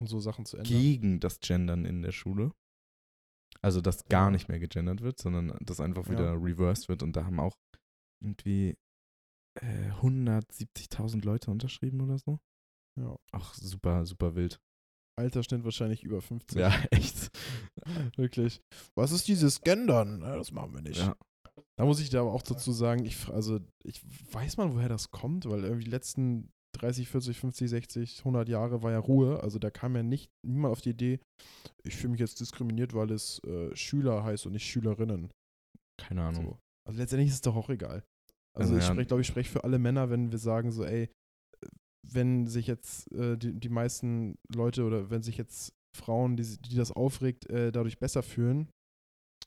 Speaker 2: Um so Sachen zu ändern.
Speaker 1: gegen das Gendern in der Schule. Also dass gar
Speaker 2: Ja.
Speaker 1: nicht mehr gegendert wird, sondern dass einfach
Speaker 2: Ja.
Speaker 1: wieder reversed wird. Und da haben auch irgendwie äh, 170.000 Leute unterschrieben oder so.
Speaker 2: Ja.
Speaker 1: Auch super, super wild.
Speaker 2: Altersschnitt wahrscheinlich über
Speaker 1: *laughs*
Speaker 2: 50.
Speaker 1: Ja, echt.
Speaker 2: Wirklich. Was ist dieses Gendern? Ja, das machen wir nicht.
Speaker 1: Ja.
Speaker 2: Da muss ich da aber auch dazu sagen, ich, f- also ich weiß mal, woher das kommt, weil irgendwie die letzten 30, 40, 50, 60, 100 Jahre war ja Ruhe. Also da kam ja nicht niemand auf die Idee, ich fühle mich jetzt diskriminiert, weil es äh, Schüler heißt und nicht Schülerinnen.
Speaker 1: Keine Ahnung.
Speaker 2: So. Also letztendlich ist es doch auch egal. Also
Speaker 1: Also
Speaker 2: ich
Speaker 1: ja.
Speaker 2: spreche, glaube ich, spreche für alle Männer, wenn wir sagen so, ey, wenn sich jetzt äh, die, die meisten Leute oder wenn sich jetzt Frauen, die, si- die das aufregt, äh, dadurch besser fühlen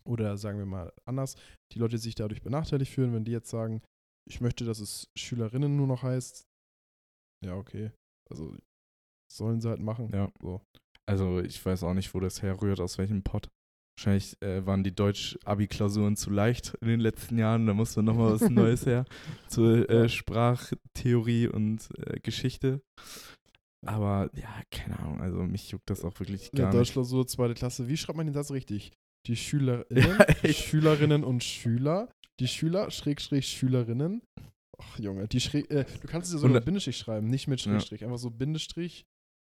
Speaker 2: oder sagen wir mal anders, die Leute die sich dadurch benachteiligt fühlen, wenn die jetzt sagen, ich möchte, dass es Schülerinnen nur noch heißt, ja, okay, also sollen sie halt machen.
Speaker 1: Ja.
Speaker 2: So.
Speaker 1: Also ich weiß auch nicht, wo das herrührt, aus welchem Pott. Wahrscheinlich äh, waren die Deutsch-Abi-Klausuren zu leicht in den letzten Jahren. Da musste nochmal
Speaker 2: *laughs*
Speaker 1: was Neues her zur äh, Sprachtheorie und äh, Geschichte. Aber ja, keine Ahnung. Also mich juckt das auch wirklich
Speaker 2: Ja,
Speaker 1: gar nicht.
Speaker 2: Deutschklausur, zweite Klasse. Wie schreibt man den Satz richtig? Die Schülerinnen,
Speaker 1: *laughs* Ja, echt.
Speaker 2: Schülerinnen und Schüler, die Schüler, Schräg, Schräg, Schülerinnen. Ach Junge, die Schräg, äh, du kannst es ja so
Speaker 1: Und-
Speaker 2: mit Bindestrich schreiben, nicht mit
Speaker 1: Ja.
Speaker 2: Schrägstrich, einfach so Bindestrich,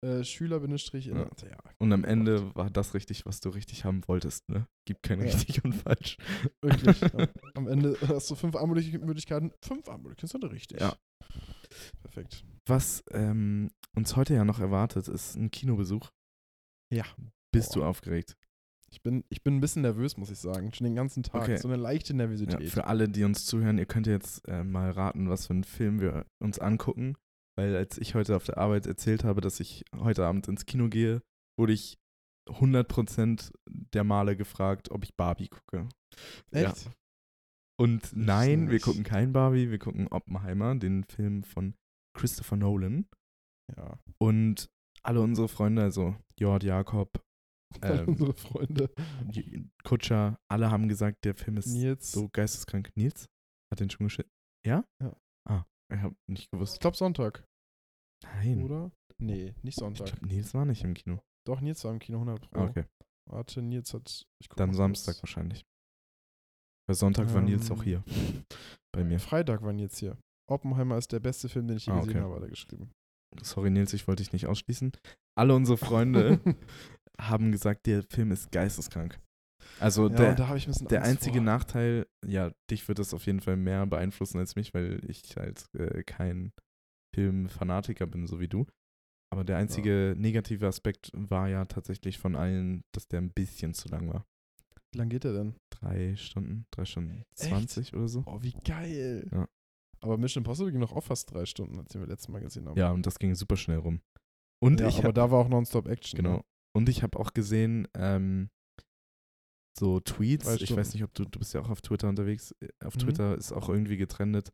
Speaker 2: äh, Schüler, Bindestrich,
Speaker 1: Ja.
Speaker 2: ja. Ja.
Speaker 1: Und am Ende war das richtig, was du richtig haben wolltest, ne? Gibt kein
Speaker 2: Ja.
Speaker 1: richtig und falsch.
Speaker 2: Wirklich. ja. Am Ende hast du fünf Antwortmöglichkeiten, fünf Antwortmöglichkeiten sind richtig.
Speaker 1: Ja.
Speaker 2: Perfekt.
Speaker 1: Was ähm, uns heute ja noch erwartet, ist ein Kinobesuch.
Speaker 2: Ja.
Speaker 1: Bist du
Speaker 2: Boah.
Speaker 1: aufgeregt?
Speaker 2: Ich bin, ich bin ein bisschen nervös, muss ich sagen, schon den ganzen Tag.
Speaker 1: Okay.
Speaker 2: So eine leichte
Speaker 1: Ja,
Speaker 2: Nervosität.
Speaker 1: für alle, die uns zuhören, ihr könnt jetzt äh, mal raten, was für einen Film wir uns angucken. Weil als ich heute auf der Arbeit erzählt habe, dass ich heute Abend ins Kino gehe, wurde ich 100% der Male gefragt, ob ich Barbie gucke. Ja.
Speaker 2: Echt?
Speaker 1: Und nein, wir
Speaker 2: nicht.
Speaker 1: gucken kein Barbie, wir gucken Oppenheimer, den Film von Christopher Nolan.
Speaker 2: Ja.
Speaker 1: Und alle unsere Freunde, also Jord Jakob,
Speaker 2: *laughs* Alle
Speaker 1: Ähm,
Speaker 2: Unsere Freunde.
Speaker 1: J- Kutscher, alle haben gesagt, der Film ist
Speaker 2: Nils.
Speaker 1: so geisteskrank. Nils hat den schon geschickt. Ja?
Speaker 2: Ja.
Speaker 1: Ah, ich habe nicht
Speaker 2: Ich
Speaker 1: gewusst.
Speaker 2: glaube Sonntag,
Speaker 1: Nein.
Speaker 2: oder? Nee,
Speaker 1: Ich
Speaker 2: nicht Sonntag.
Speaker 1: glaube, Nils war nicht im Kino.
Speaker 2: Doch, Nils war im Kino 100 Pro.
Speaker 1: Ah, okay.
Speaker 2: Warte, Nils hat. Ich guck
Speaker 1: Dann
Speaker 2: Oh, mal
Speaker 1: Samstag
Speaker 2: kurz.
Speaker 1: wahrscheinlich. Weil Sonntag war Nils auch
Speaker 2: *laughs*
Speaker 1: hier.
Speaker 2: Ähm,
Speaker 1: Bei mir.
Speaker 2: Freitag war Nils hier. Oppenheimer ist der beste Film, den ich je
Speaker 1: Ah,
Speaker 2: gesehen
Speaker 1: okay.
Speaker 2: habe, hat er geschrieben.
Speaker 1: Sorry, Nils, ich wollte dich nicht ausschließen. Alle unsere
Speaker 2: *laughs*
Speaker 1: Freunde haben gesagt, der Film ist geisteskrank. Also
Speaker 2: ja,
Speaker 1: der,
Speaker 2: und da habe ich ein bisschen
Speaker 1: Der
Speaker 2: Angst
Speaker 1: einzige
Speaker 2: vor.
Speaker 1: Nachteil, ja, dich wird das auf jeden Fall mehr beeinflussen als mich, weil ich halt äh, kein Filmfanatiker bin, so wie du. Aber der einzige negative Aspekt war ja tatsächlich von allen, dass der ein bisschen zu lang war.
Speaker 2: Wie lange geht der denn?
Speaker 1: Drei Stunden, drei Stunden
Speaker 2: Echt?
Speaker 1: 20 oder so.
Speaker 2: Oh, wie geil.
Speaker 1: Ja.
Speaker 2: Aber Mission Impossible ging noch auch fast drei Stunden, als wir letztes Mal gesehen haben.
Speaker 1: Ja, und das ging super schnell rum. Und
Speaker 2: Ja,
Speaker 1: ich
Speaker 2: aber
Speaker 1: habe
Speaker 2: da war auch Nonstop Action.
Speaker 1: *laughs*
Speaker 2: ne?
Speaker 1: genau. Und ich habe auch gesehen, ähm, so Tweets,
Speaker 2: Drei
Speaker 1: ich weiß
Speaker 2: Stunden.
Speaker 1: nicht, ob du, du bist ja auch auf Twitter unterwegs, äh, auf
Speaker 2: Mhm.
Speaker 1: Twitter ist auch irgendwie getrendet,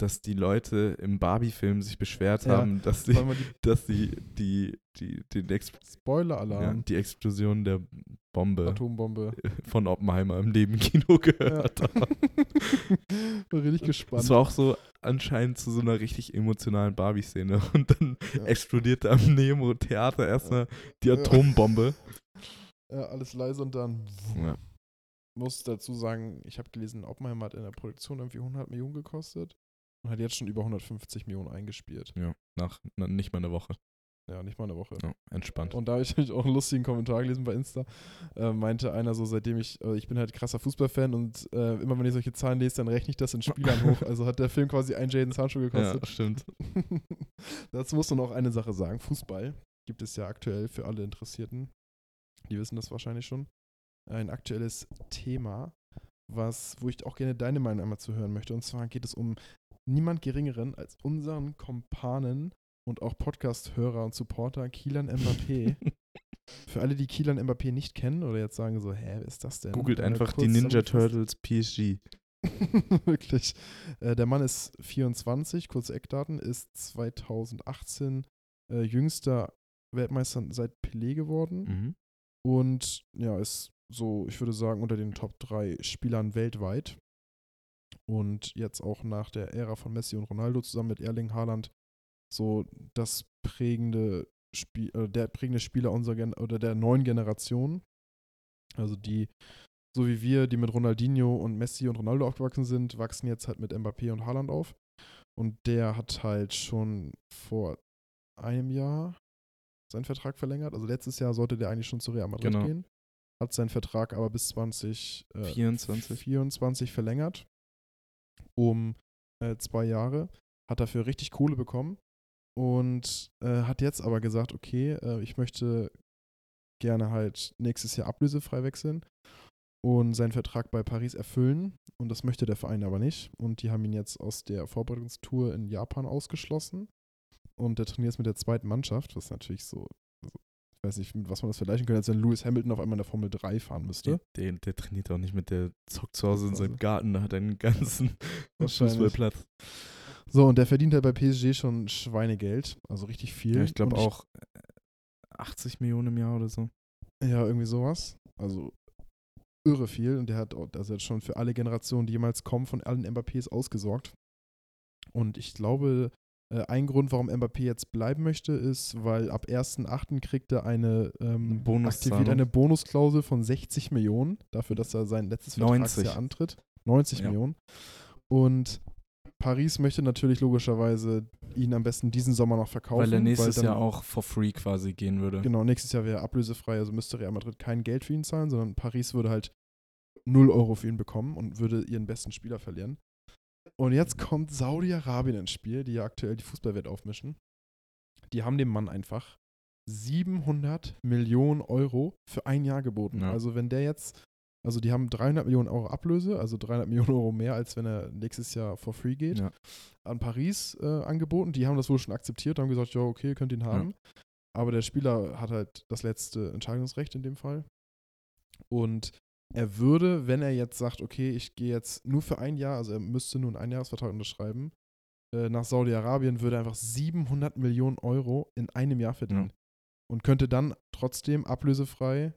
Speaker 1: dass die Leute im Barbie-Film sich beschwert
Speaker 2: Ja,
Speaker 1: haben, dass
Speaker 2: Ne?
Speaker 1: die,
Speaker 2: Wollen wir die
Speaker 1: *laughs* dass die, die, die, den Ex ja,
Speaker 2: Spoiler-Alarm?
Speaker 1: die Explosion der Bombe
Speaker 2: Atombombe.
Speaker 1: von Oppenheimer im Nebenkino *laughs* gehört
Speaker 2: *laughs*
Speaker 1: haben.
Speaker 2: War richtig gespannt.
Speaker 1: Das war auch so anscheinend zu so einer richtig emotionalen Barbie-Szene. *laughs* Und dann
Speaker 2: Ja.
Speaker 1: explodiert da am Nemo-Theater erstmal die Atombombe.
Speaker 2: *laughs* Ja, alles leise und dann
Speaker 1: Ja.
Speaker 2: muss dazu sagen, ich habe gelesen, Oppenheim hat in der Produktion irgendwie 100 Millionen gekostet und hat jetzt schon über 150 Millionen eingespielt.
Speaker 1: ja, nach na, nicht mal einer Woche.
Speaker 2: Ja, nicht mal eine Woche.
Speaker 1: Ja, entspannt.
Speaker 2: Und da habe ich *laughs* natürlich auch einen lustigen Kommentar gelesen bei Insta. Äh, meinte einer so, seitdem ich, also ich bin halt krasser Fußballfan und äh, immer wenn ich solche Zahlen lese, dann rechne ich das in Spielern hoch. Also hat der Film quasi einen Jaden Sancho gekostet.
Speaker 1: stimmt.
Speaker 2: *laughs* Dazu muss man auch eine Sache sagen. Fußball gibt es ja aktuell für alle Interessierten. Die wissen das wahrscheinlich schon. Ein aktuelles Thema, was, wo ich auch gerne deine Meinung einmal zu hören möchte. Und zwar geht es um niemand Geringeren als unseren Kompanen und auch Podcast-Hörer und Supporter
Speaker 1: *laughs*
Speaker 2: Kielan Mbappé. für alle, die Kielan Mbappé nicht kennen oder jetzt sagen so, hä, wer ist das denn?
Speaker 1: Googelt
Speaker 2: Einmal
Speaker 1: einfach
Speaker 2: kurz
Speaker 1: die Ninja
Speaker 2: zusammenfassen.
Speaker 1: Turtles PSG.
Speaker 2: *laughs* Wirklich. Äh, der Mann ist 24, kurze Eckdaten, ist 2018 äh, jüngster Weltmeister seit Pelé geworden
Speaker 1: Mhm.
Speaker 2: und ja, ist so, ich würde sagen, unter den Top 3 Spielern weltweit. Und jetzt auch nach der Ära von Messi und Ronaldo zusammen mit Erling Haaland so das prägende Spiel, äh, der prägende Spieler unserer Gen oder der neuen Generation. Also die, so wie wir, die mit Ronaldinho und Messi und Ronaldo aufgewachsen sind, wachsen jetzt halt mit Mbappé und Haaland auf. Und der hat halt schon vor einem Jahr seinen Vertrag verlängert. Also letztes Jahr sollte der eigentlich schon zu Real Madrid
Speaker 1: Genau.
Speaker 2: gehen. Hat seinen Vertrag aber bis 20, äh,
Speaker 1: 24.
Speaker 2: 24 verlängert um äh, zwei Jahre, hat dafür richtig Kohle bekommen und äh, hat jetzt aber gesagt, okay, äh, ich möchte gerne halt nächstes Jahr ablösefrei wechseln und seinen Vertrag bei Paris erfüllen und das möchte der Verein aber nicht und die haben ihn jetzt aus der Vorbereitungstour in Japan ausgeschlossen und der trainiert jetzt mit der zweiten Mannschaft, was natürlich so, also, ich weiß nicht, mit was man das vergleichen könnte, als wenn Lewis Hamilton auf einmal in der Formel 3 fahren müsste.
Speaker 1: Der, der, der trainiert auch nicht mit, der zockt zu Hause in
Speaker 2: Zu Hause.
Speaker 1: seinem Garten, da hat er einen ganzen
Speaker 2: *laughs* Wahrscheinlich.
Speaker 1: Fußballplatz.
Speaker 2: So, und der verdient halt bei PSG schon Schweinegeld, also richtig viel.
Speaker 1: Ja, ich glaube
Speaker 2: Und
Speaker 1: auch äh, 80 Millionen im Jahr oder so.
Speaker 2: Ja, irgendwie sowas. Also irre viel. Und der hat auch- also hat schon für alle Generationen, die jemals kommen, von allen Mbappés ausgesorgt. Und ich glaube, Äh, ein Grund, warum Mbappé jetzt bleiben möchte, ist, weil ab 1.8. kriegt er eine, ähm,
Speaker 1: Bonuszahlung.
Speaker 2: aktiviert eine Bonusklausel von 60 Millionen, dafür, dass er sein letztes
Speaker 1: 90.
Speaker 2: Vertragsjahr antritt. 90
Speaker 1: Ja.
Speaker 2: Millionen. Und Paris möchte natürlich logischerweise ihn am besten diesen Sommer noch verkaufen.
Speaker 1: weil er nächstes
Speaker 2: dann-
Speaker 1: Jahr auch for free quasi gehen würde.
Speaker 2: Genau, nächstes Jahr wäre er ablösefrei, also müsste Real Madrid kein Geld für ihn zahlen, sondern Paris würde halt 0 Euro für ihn bekommen und würde ihren besten Spieler verlieren. Und jetzt kommt Saudi-Arabien ins Spiel, die ja aktuell die Fußballwelt aufmischen. Die haben dem Mann einfach 700 Millionen Euro für ein Jahr geboten.
Speaker 1: Ja.
Speaker 2: Also wenn der jetzt, also die haben 300 Millionen Euro Ablöse, also 300 Millionen Euro mehr, als wenn er nächstes Jahr for free geht
Speaker 1: Ja.
Speaker 2: an Paris äh, angeboten. Die haben das wohl schon akzeptiert, haben gesagt, ja, okay, könnt ihn haben. Aber der Spieler hat halt das letzte Entscheidungsrecht in dem Fall. Und er würde, wenn er jetzt sagt, okay, ich gehe jetzt nur für ein Jahr, also er müsste nur einen Einjahresvertrag unterschreiben, äh, nach Saudi-Arabien würde er einfach 700 Millionen Euro in einem Jahr verdienen. Und könnte dann trotzdem ablösefrei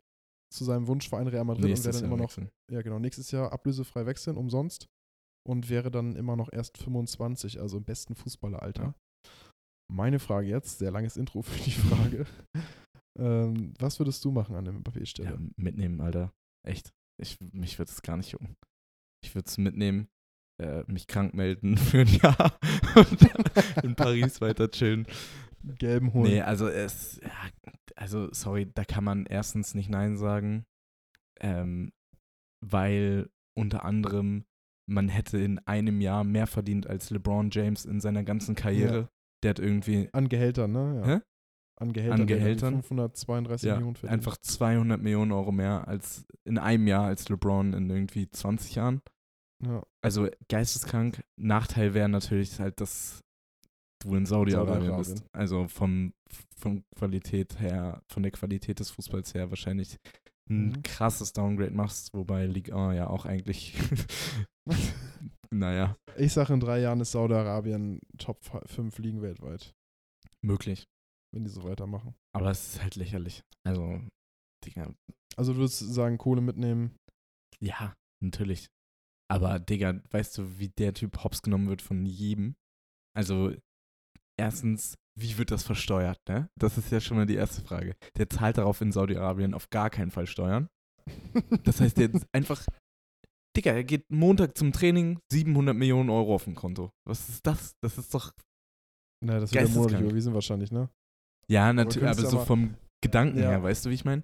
Speaker 2: zu seinem Wunschverein Real Madrid und
Speaker 1: Nächstes
Speaker 2: wäre
Speaker 1: Jahr
Speaker 2: dann immer noch
Speaker 1: wechseln.
Speaker 2: ja genau, nächstes Jahr ablösefrei wechseln, umsonst. Und wäre dann immer noch erst 25, also im besten Fußballeralter.
Speaker 1: Ja.
Speaker 2: Meine Frage jetzt, sehr langes Intro für die
Speaker 1: *laughs*
Speaker 2: Frage. ähm, was würdest du machen an der
Speaker 1: Ja,
Speaker 2: Mbappé-Stelle?
Speaker 1: mitnehmen, Alter. Echt. Ich, mich würde es gar nicht jucken. Ich würde es mitnehmen, äh, mich krank melden *laughs* für ein Jahr und
Speaker 2: *laughs*
Speaker 1: dann in Paris weiter chillen.
Speaker 2: Gelben holen.
Speaker 1: Nee, also es, ja, also sorry, da kann man erstens nicht Nein sagen, ähm, weil unter anderem man hätte in einem Jahr mehr verdient als LeBron James in seiner ganzen Karriere. Der hat irgendwie
Speaker 2: An Gehältern, ne? Ja.
Speaker 1: Hä? An
Speaker 2: An Gehältern. der hat irgendwie
Speaker 1: Gehältern?
Speaker 2: 532
Speaker 1: ja,
Speaker 2: Millionen verdient.
Speaker 1: einfach 200 Millionen Euro mehr als in einem Jahr als LeBron in irgendwie 20 Jahren.
Speaker 2: Ja.
Speaker 1: Also geisteskrank. Nachteil wäre natürlich halt, dass du in Saudi-Arabien
Speaker 2: Saudi-Arabien.
Speaker 1: bist. Also vom, vom Qualität her, von der Qualität des Fußballs her wahrscheinlich ein
Speaker 2: Mhm.
Speaker 1: krasses Downgrade machst, wobei Ligue 1 ja auch
Speaker 2: *laughs*
Speaker 1: eigentlich, *laughs* naja,
Speaker 2: Ich sage, in drei Jahren ist Saudi-Arabien Top 5 Ligen weltweit,
Speaker 1: möglich.
Speaker 2: wenn die so weitermachen.
Speaker 1: Aber es ist halt lächerlich. Also, Digga,
Speaker 2: Also du würdest sagen, Kohle mitnehmen.
Speaker 1: ja, natürlich. Aber Digga, weißt du, wie der Typ hops genommen wird von jedem? Also, erstens, wie wird das versteuert, ne? Das ist ja schon mal die erste Frage. Der zahlt darauf in Saudi-Arabien auf gar keinen Fall Steuern. Das heißt, der ist einfach. Digga, er geht Montag zum Training, 700 Millionen Euro auf dem Konto. Was ist das? Das ist doch.
Speaker 2: *laughs* Na, das wird ja monatlich
Speaker 1: Geisteskrank.
Speaker 2: überwiesen wahrscheinlich, ne?
Speaker 1: Ja, natürlich,
Speaker 2: kannst
Speaker 1: aber,
Speaker 2: du
Speaker 1: so
Speaker 2: aber-
Speaker 1: vom Gedanken
Speaker 2: Ja.
Speaker 1: her, weißt du, wie ich meine?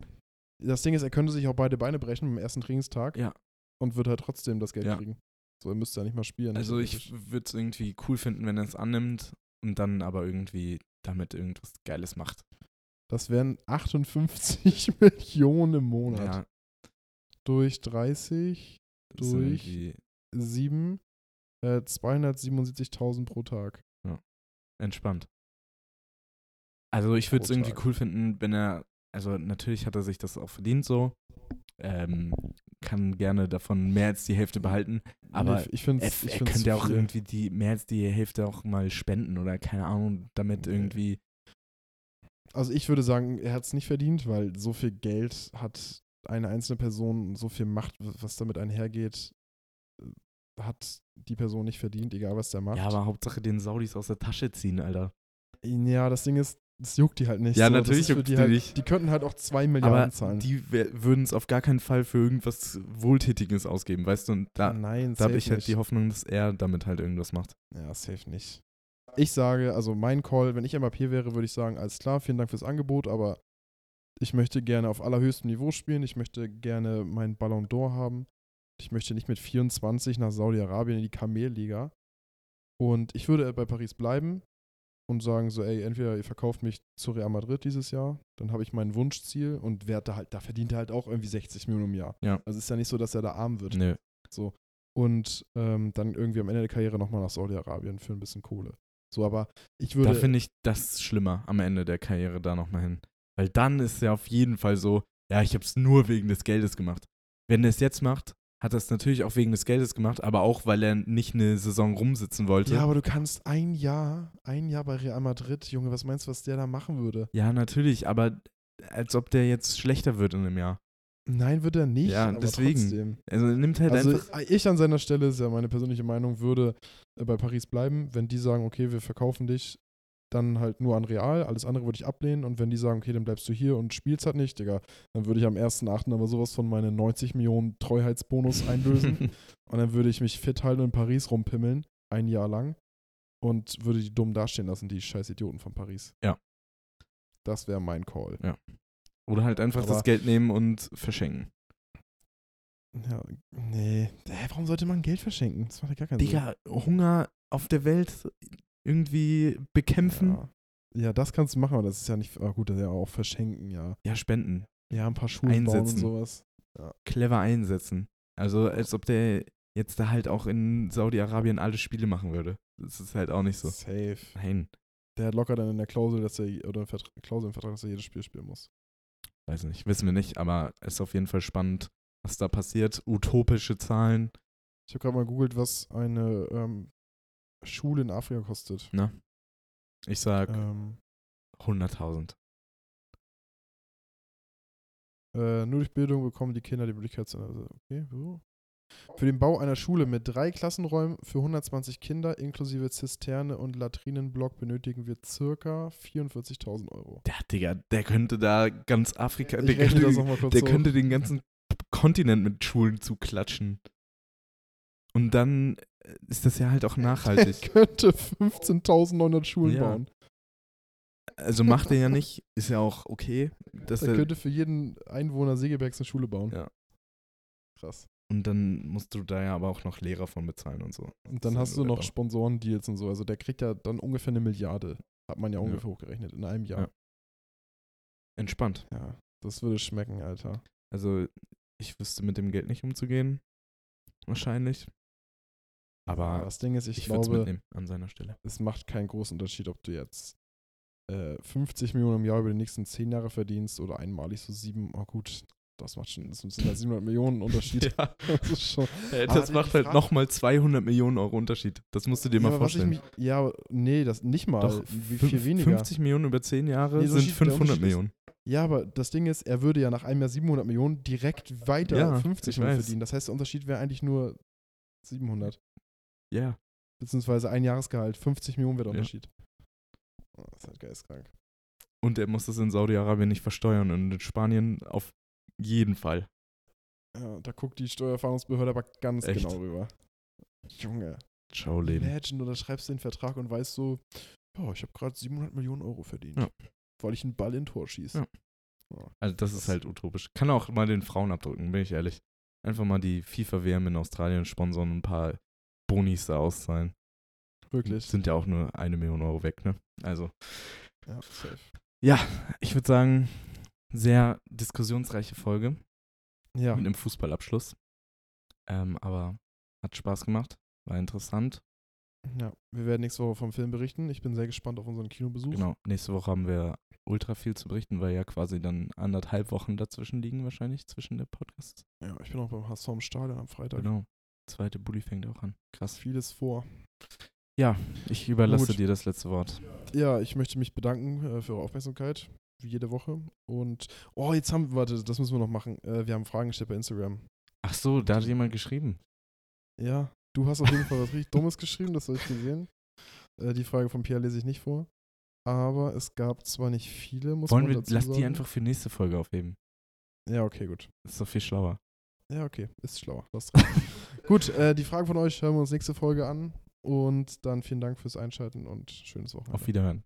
Speaker 2: Das Ding ist, er könnte sich auch beide Beine brechen am ersten Trainingstag
Speaker 1: Ja.
Speaker 2: und wird halt trotzdem das Geld
Speaker 1: Ja.
Speaker 2: kriegen. So, er müsste ja nicht mal spielen.
Speaker 1: Also,
Speaker 2: theoretisch.
Speaker 1: ich würde es irgendwie cool finden, wenn er es annimmt und dann aber irgendwie damit irgendwas Geiles macht.
Speaker 2: Das wären 58 *laughs* Millionen im Monat.
Speaker 1: Ja,
Speaker 2: Durch 30,
Speaker 1: das sind
Speaker 2: durch-
Speaker 1: irgendwie
Speaker 2: 7, äh, 277.000 pro Tag.
Speaker 1: entspannt. Also, ich würde es
Speaker 2: Pro
Speaker 1: irgendwie
Speaker 2: Tag.
Speaker 1: cool finden, wenn er. Also, natürlich hat er sich das auch verdient, so. Ähm, kann gerne davon mehr als die Hälfte behalten. Aber
Speaker 2: ich finde
Speaker 1: Er,
Speaker 2: es.
Speaker 1: er könnte ja auch irgendwie die, mehr als die Hälfte auch mal spenden oder keine Ahnung, damit
Speaker 2: Nee.
Speaker 1: irgendwie.
Speaker 2: Also, ich würde sagen, er hat es nicht verdient, weil so viel Geld hat eine einzelne Person, und so viel Macht, was damit einhergeht, äh, hat die Person nicht verdient, egal was der macht.
Speaker 1: Ja, aber Hauptsache den Saudis aus der Tasche ziehen, Alter.
Speaker 2: Ja, das Ding ist, das juckt die halt nicht.
Speaker 1: Ja,
Speaker 2: so.
Speaker 1: natürlich
Speaker 2: das ist für
Speaker 1: juckt's
Speaker 2: die
Speaker 1: die
Speaker 2: halt,
Speaker 1: nicht.
Speaker 2: Die könnten halt auch 2 Milliarden
Speaker 1: Aber
Speaker 2: zahlen.
Speaker 1: die würden es auf gar keinen Fall für irgendwas Wohltätiges ausgeben, weißt du? Und da, da
Speaker 2: Nein, Hm, safe
Speaker 1: habe ich halt
Speaker 2: nicht.
Speaker 1: die Hoffnung, dass er damit halt irgendwas macht.
Speaker 2: Ja, safe nicht. Ich sage, also mein Call, wenn ich MAP wäre, würde ich sagen, alles klar, vielen Dank fürs Angebot, aber ich möchte gerne auf allerhöchstem Niveau spielen, ich möchte gerne meinen Ballon d'Or haben, ich möchte nicht mit 24 nach Saudi-Arabien in die Kamelliga und ich würde bei Paris bleiben und sagen so, ey, entweder ihr verkauft mich zu Real Madrid dieses Jahr, dann habe ich mein Wunschziel und werde da halt, da verdient er halt auch irgendwie 60 Millionen im Jahr.
Speaker 1: Ja.
Speaker 2: Also ist ja nicht so, dass er da arm wird
Speaker 1: Nö.
Speaker 2: und ähm, dann irgendwie am Ende der Karriere nochmal nach Saudi-Arabien für ein bisschen Kohle. So, aber ich
Speaker 1: Da
Speaker 2: würde.
Speaker 1: finde ich das schlimmer am Ende der Karriere da nochmal hin. Weil dann ist ja auf jeden Fall so, ja, ich habe es nur wegen des Geldes gemacht. Wenn er es jetzt macht, hat er es natürlich auch wegen des Geldes gemacht, aber auch, weil er nicht eine Saison rumsitzen wollte.
Speaker 2: ja, aber du kannst ein Jahr, ein Jahr bei Real Madrid, Junge, was meinst du, was der da machen würde?
Speaker 1: Ja, natürlich, aber als ob der jetzt schlechter wird in einem Jahr.
Speaker 2: Nein, würde er nicht.
Speaker 1: Ja,
Speaker 2: aber
Speaker 1: deswegen.
Speaker 2: Trotzdem.
Speaker 1: Also er nimmt halt
Speaker 2: Also
Speaker 1: einfach.
Speaker 2: ich an seiner Stelle, ist ja meine persönliche Meinung, würde äh, bei Paris bleiben, wenn die sagen, okay, wir verkaufen dich dann halt nur an Real, alles andere würde ich ablehnen und wenn die sagen, okay, dann bleibst du hier und spielst halt nicht, Digga, dann würde ich am 1.8. aber sowas von meinen 90 Millionen
Speaker 1: *laughs*
Speaker 2: Treuheitsbonus einlösen und dann würde ich mich fit halten und in Paris rumpimmeln, ein Jahr lang und würde die dumm dastehen lassen, die scheiß Idioten von Paris.
Speaker 1: Ja.
Speaker 2: Das wäre mein Call.
Speaker 1: Oder halt einfach
Speaker 2: Aber-
Speaker 1: das Geld nehmen und verschenken.
Speaker 2: Ja, nee. Hä, warum sollte man Geld verschenken? Das macht ja gar keinen Sinn.
Speaker 1: Digga, Hunger auf der Welt irgendwie bekämpfen.
Speaker 2: Ja. ja, das kannst du machen, aber das ist ja nicht. Ah, gut, das ist ja auch verschenken, ja.
Speaker 1: Ja, spenden.
Speaker 2: Ja, ein paar Schuhe bauen und
Speaker 1: Einsetzen.
Speaker 2: sowas.
Speaker 1: Clever einsetzen. Also als ob der jetzt da halt auch in Saudi-Arabien alle Spiele machen würde. Das ist halt auch nicht so.
Speaker 2: Safe.
Speaker 1: Nein,
Speaker 2: Der hat locker dann in der Klausel, dass er oder in Vertra Klausel im Vertrag, dass er jedes Spiel spielen muss.
Speaker 1: weiß nicht. Wissen wir nicht, aber es ist auf jeden Fall spannend, was da passiert. Utopische Zahlen.
Speaker 2: Ich habe gerade mal gegoogelt, was eine ähm, Schule in Afrika kostet.
Speaker 1: Ich sag
Speaker 2: Ähm,
Speaker 1: 100.000.
Speaker 2: äh, nur durch Bildung bekommen die Kinder die Möglichkeit zu. Also, okay, so. Für den Bau einer Schule mit drei Klassenräumen für 120 Kinder inklusive Zisterne und Latrinenblock benötigen wir circa 44.000 Euro.
Speaker 1: Der, Digga, der könnte da ganz Afrika, der,
Speaker 2: Ich rechne das
Speaker 1: könnte,
Speaker 2: nochmal kurz
Speaker 1: der
Speaker 2: hoch. *laughs*
Speaker 1: könnte den ganzen Kontinent mit Schulen zuklatschen. Und dann ist das ja halt
Speaker 2: *laughs*
Speaker 1: auch nachhaltig.
Speaker 2: Er könnte 15.900 Schulen
Speaker 1: Ja.
Speaker 2: bauen.
Speaker 1: Also macht er ja nicht, ist ja auch okay. Dass
Speaker 2: Er
Speaker 1: er,
Speaker 2: könnte für jeden Einwohner Segebergs eine Schule bauen.
Speaker 1: Ja.
Speaker 2: Krass.
Speaker 1: und dann musst du da ja aber auch noch Lehrer von bezahlen und so.
Speaker 2: Und dann
Speaker 1: Das
Speaker 2: hast
Speaker 1: ist
Speaker 2: du
Speaker 1: ja
Speaker 2: noch
Speaker 1: auch-
Speaker 2: Sponsorendeals und so. Also der kriegt ja dann ungefähr eine Milliarde. Hat man ja
Speaker 1: Ja.
Speaker 2: ungefähr hochgerechnet in einem Jahr.
Speaker 1: Entspannt.
Speaker 2: Ja. Das würde schmecken, Alter.
Speaker 1: Also ich wüsste mit dem Geld nicht umzugehen. Wahrscheinlich.
Speaker 2: Aber
Speaker 1: Aber
Speaker 2: das Ding ist, ich,
Speaker 1: ich würde es
Speaker 2: glaube,
Speaker 1: mitnehmen an seiner Stelle.
Speaker 2: es macht keinen großen Unterschied, ob du jetzt äh, 50 Millionen im Jahr über die nächsten 10 Jahre verdienst oder einmalig so sieben. Oh gut, das macht schon, das sind ja 700
Speaker 1: *laughs*
Speaker 2: Millionen Unterschied.
Speaker 1: *laughs* Ja,
Speaker 2: Das ist schon,
Speaker 1: Äh,
Speaker 2: Aber
Speaker 1: das
Speaker 2: die
Speaker 1: macht halt
Speaker 2: Frage-
Speaker 1: nochmal 200 Millionen Euro Unterschied. Das musst du dir
Speaker 2: Ja,
Speaker 1: mal
Speaker 2: aber was ich
Speaker 1: vorstellen.
Speaker 2: mich- ja, aber- nee, das nicht mal.
Speaker 1: Doch,
Speaker 2: wie
Speaker 1: fünf-
Speaker 2: viel weniger.
Speaker 1: 50 Millionen über 10 Jahre
Speaker 2: Nee, so
Speaker 1: sind
Speaker 2: schief- der
Speaker 1: 500
Speaker 2: Unterschied ist-
Speaker 1: Millionen.
Speaker 2: Ja, aber das Ding ist, er würde ja nach einem Jahr 700 Millionen direkt weiter
Speaker 1: Ja,
Speaker 2: 50
Speaker 1: ich
Speaker 2: Millionen
Speaker 1: weiß.
Speaker 2: verdienen. Das heißt, der Unterschied wäre eigentlich nur 700.
Speaker 1: Ja.
Speaker 2: Beziehungsweise ein Jahresgehalt. 50 Millionen wäre der
Speaker 1: Ja.
Speaker 2: Unterschied. Oh, das ist halt geistkrank.
Speaker 1: Und er muss das in Saudi-Arabien nicht versteuern und in Spanien auf jeden Fall.
Speaker 2: Ja, da guckt die Steuererfahrungsbehörde aber ganz
Speaker 1: Echt?
Speaker 2: genau rüber. Junge.
Speaker 1: Ciao, Leben.
Speaker 2: Legend, oder schreibst den Vertrag und weißt so, ja, ich habe gerade 700 Millionen Euro verdient.
Speaker 1: Ja.
Speaker 2: Weil ich einen Ball in Tor schieße.
Speaker 1: Ja. Also das ist halt utopisch. Kann auch mal den Frauen abdrücken, bin ich ehrlich. Einfach mal die FIFA-WM in Australien sponsern und ein paar Bonis da auszahlen.
Speaker 2: Wirklich.
Speaker 1: Sind ja auch nur eine Million Euro weg, ne? Also,
Speaker 2: Ja, safe.
Speaker 1: ich würde sagen, sehr diskussionsreiche Folge.
Speaker 2: Ja.
Speaker 1: mit einem Fußballabschluss. Ähm, aber hat Spaß gemacht, war interessant.
Speaker 2: Ja, wir werden nächste Woche vom Film berichten. Ich bin sehr gespannt auf unseren Kinobesuch.
Speaker 1: Genau, nächste Woche haben wir ultra viel zu berichten, weil ja quasi dann anderthalb Wochen dazwischen liegen wahrscheinlich, zwischen der Podcasts.
Speaker 2: Ja, ich bin auch beim HSV im Stadion am Freitag.
Speaker 1: Genau. Zweite Bulli fängt auch an.
Speaker 2: Ist
Speaker 1: Krass.
Speaker 2: Vieles vor.
Speaker 1: Ich überlasse
Speaker 2: Gut.
Speaker 1: dir das letzte Wort.
Speaker 2: Ja, ich möchte mich bedanken äh, für eure Aufmerksamkeit, wie jede Woche. Und, oh, jetzt haben wir, warte, das müssen wir noch machen. Äh, wir haben Fragen gestellt bei Instagram.
Speaker 1: Ach so, da hat jemand geschrieben.
Speaker 2: Ja, du hast auf jeden Fall was richtig Dummes geschrieben, das habe ich gesehen. Äh, die Frage von Pierre lese ich nicht vor. Aber es gab zwar nicht viele, muss
Speaker 1: Wollen
Speaker 2: man
Speaker 1: wir,
Speaker 2: dazu
Speaker 1: lass
Speaker 2: sagen.
Speaker 1: die einfach für nächste Folge aufheben.
Speaker 2: Ja, okay, gut.
Speaker 1: Ist doch viel schlauer.
Speaker 2: Ja, okay, ist schlauer. Lass
Speaker 1: *laughs*
Speaker 2: drin. gut, äh, die Fragen von euch hören wir uns nächste Folge an. Und dann vielen Dank fürs Einschalten und schönes Wochenende.
Speaker 1: Auf Wiederhören.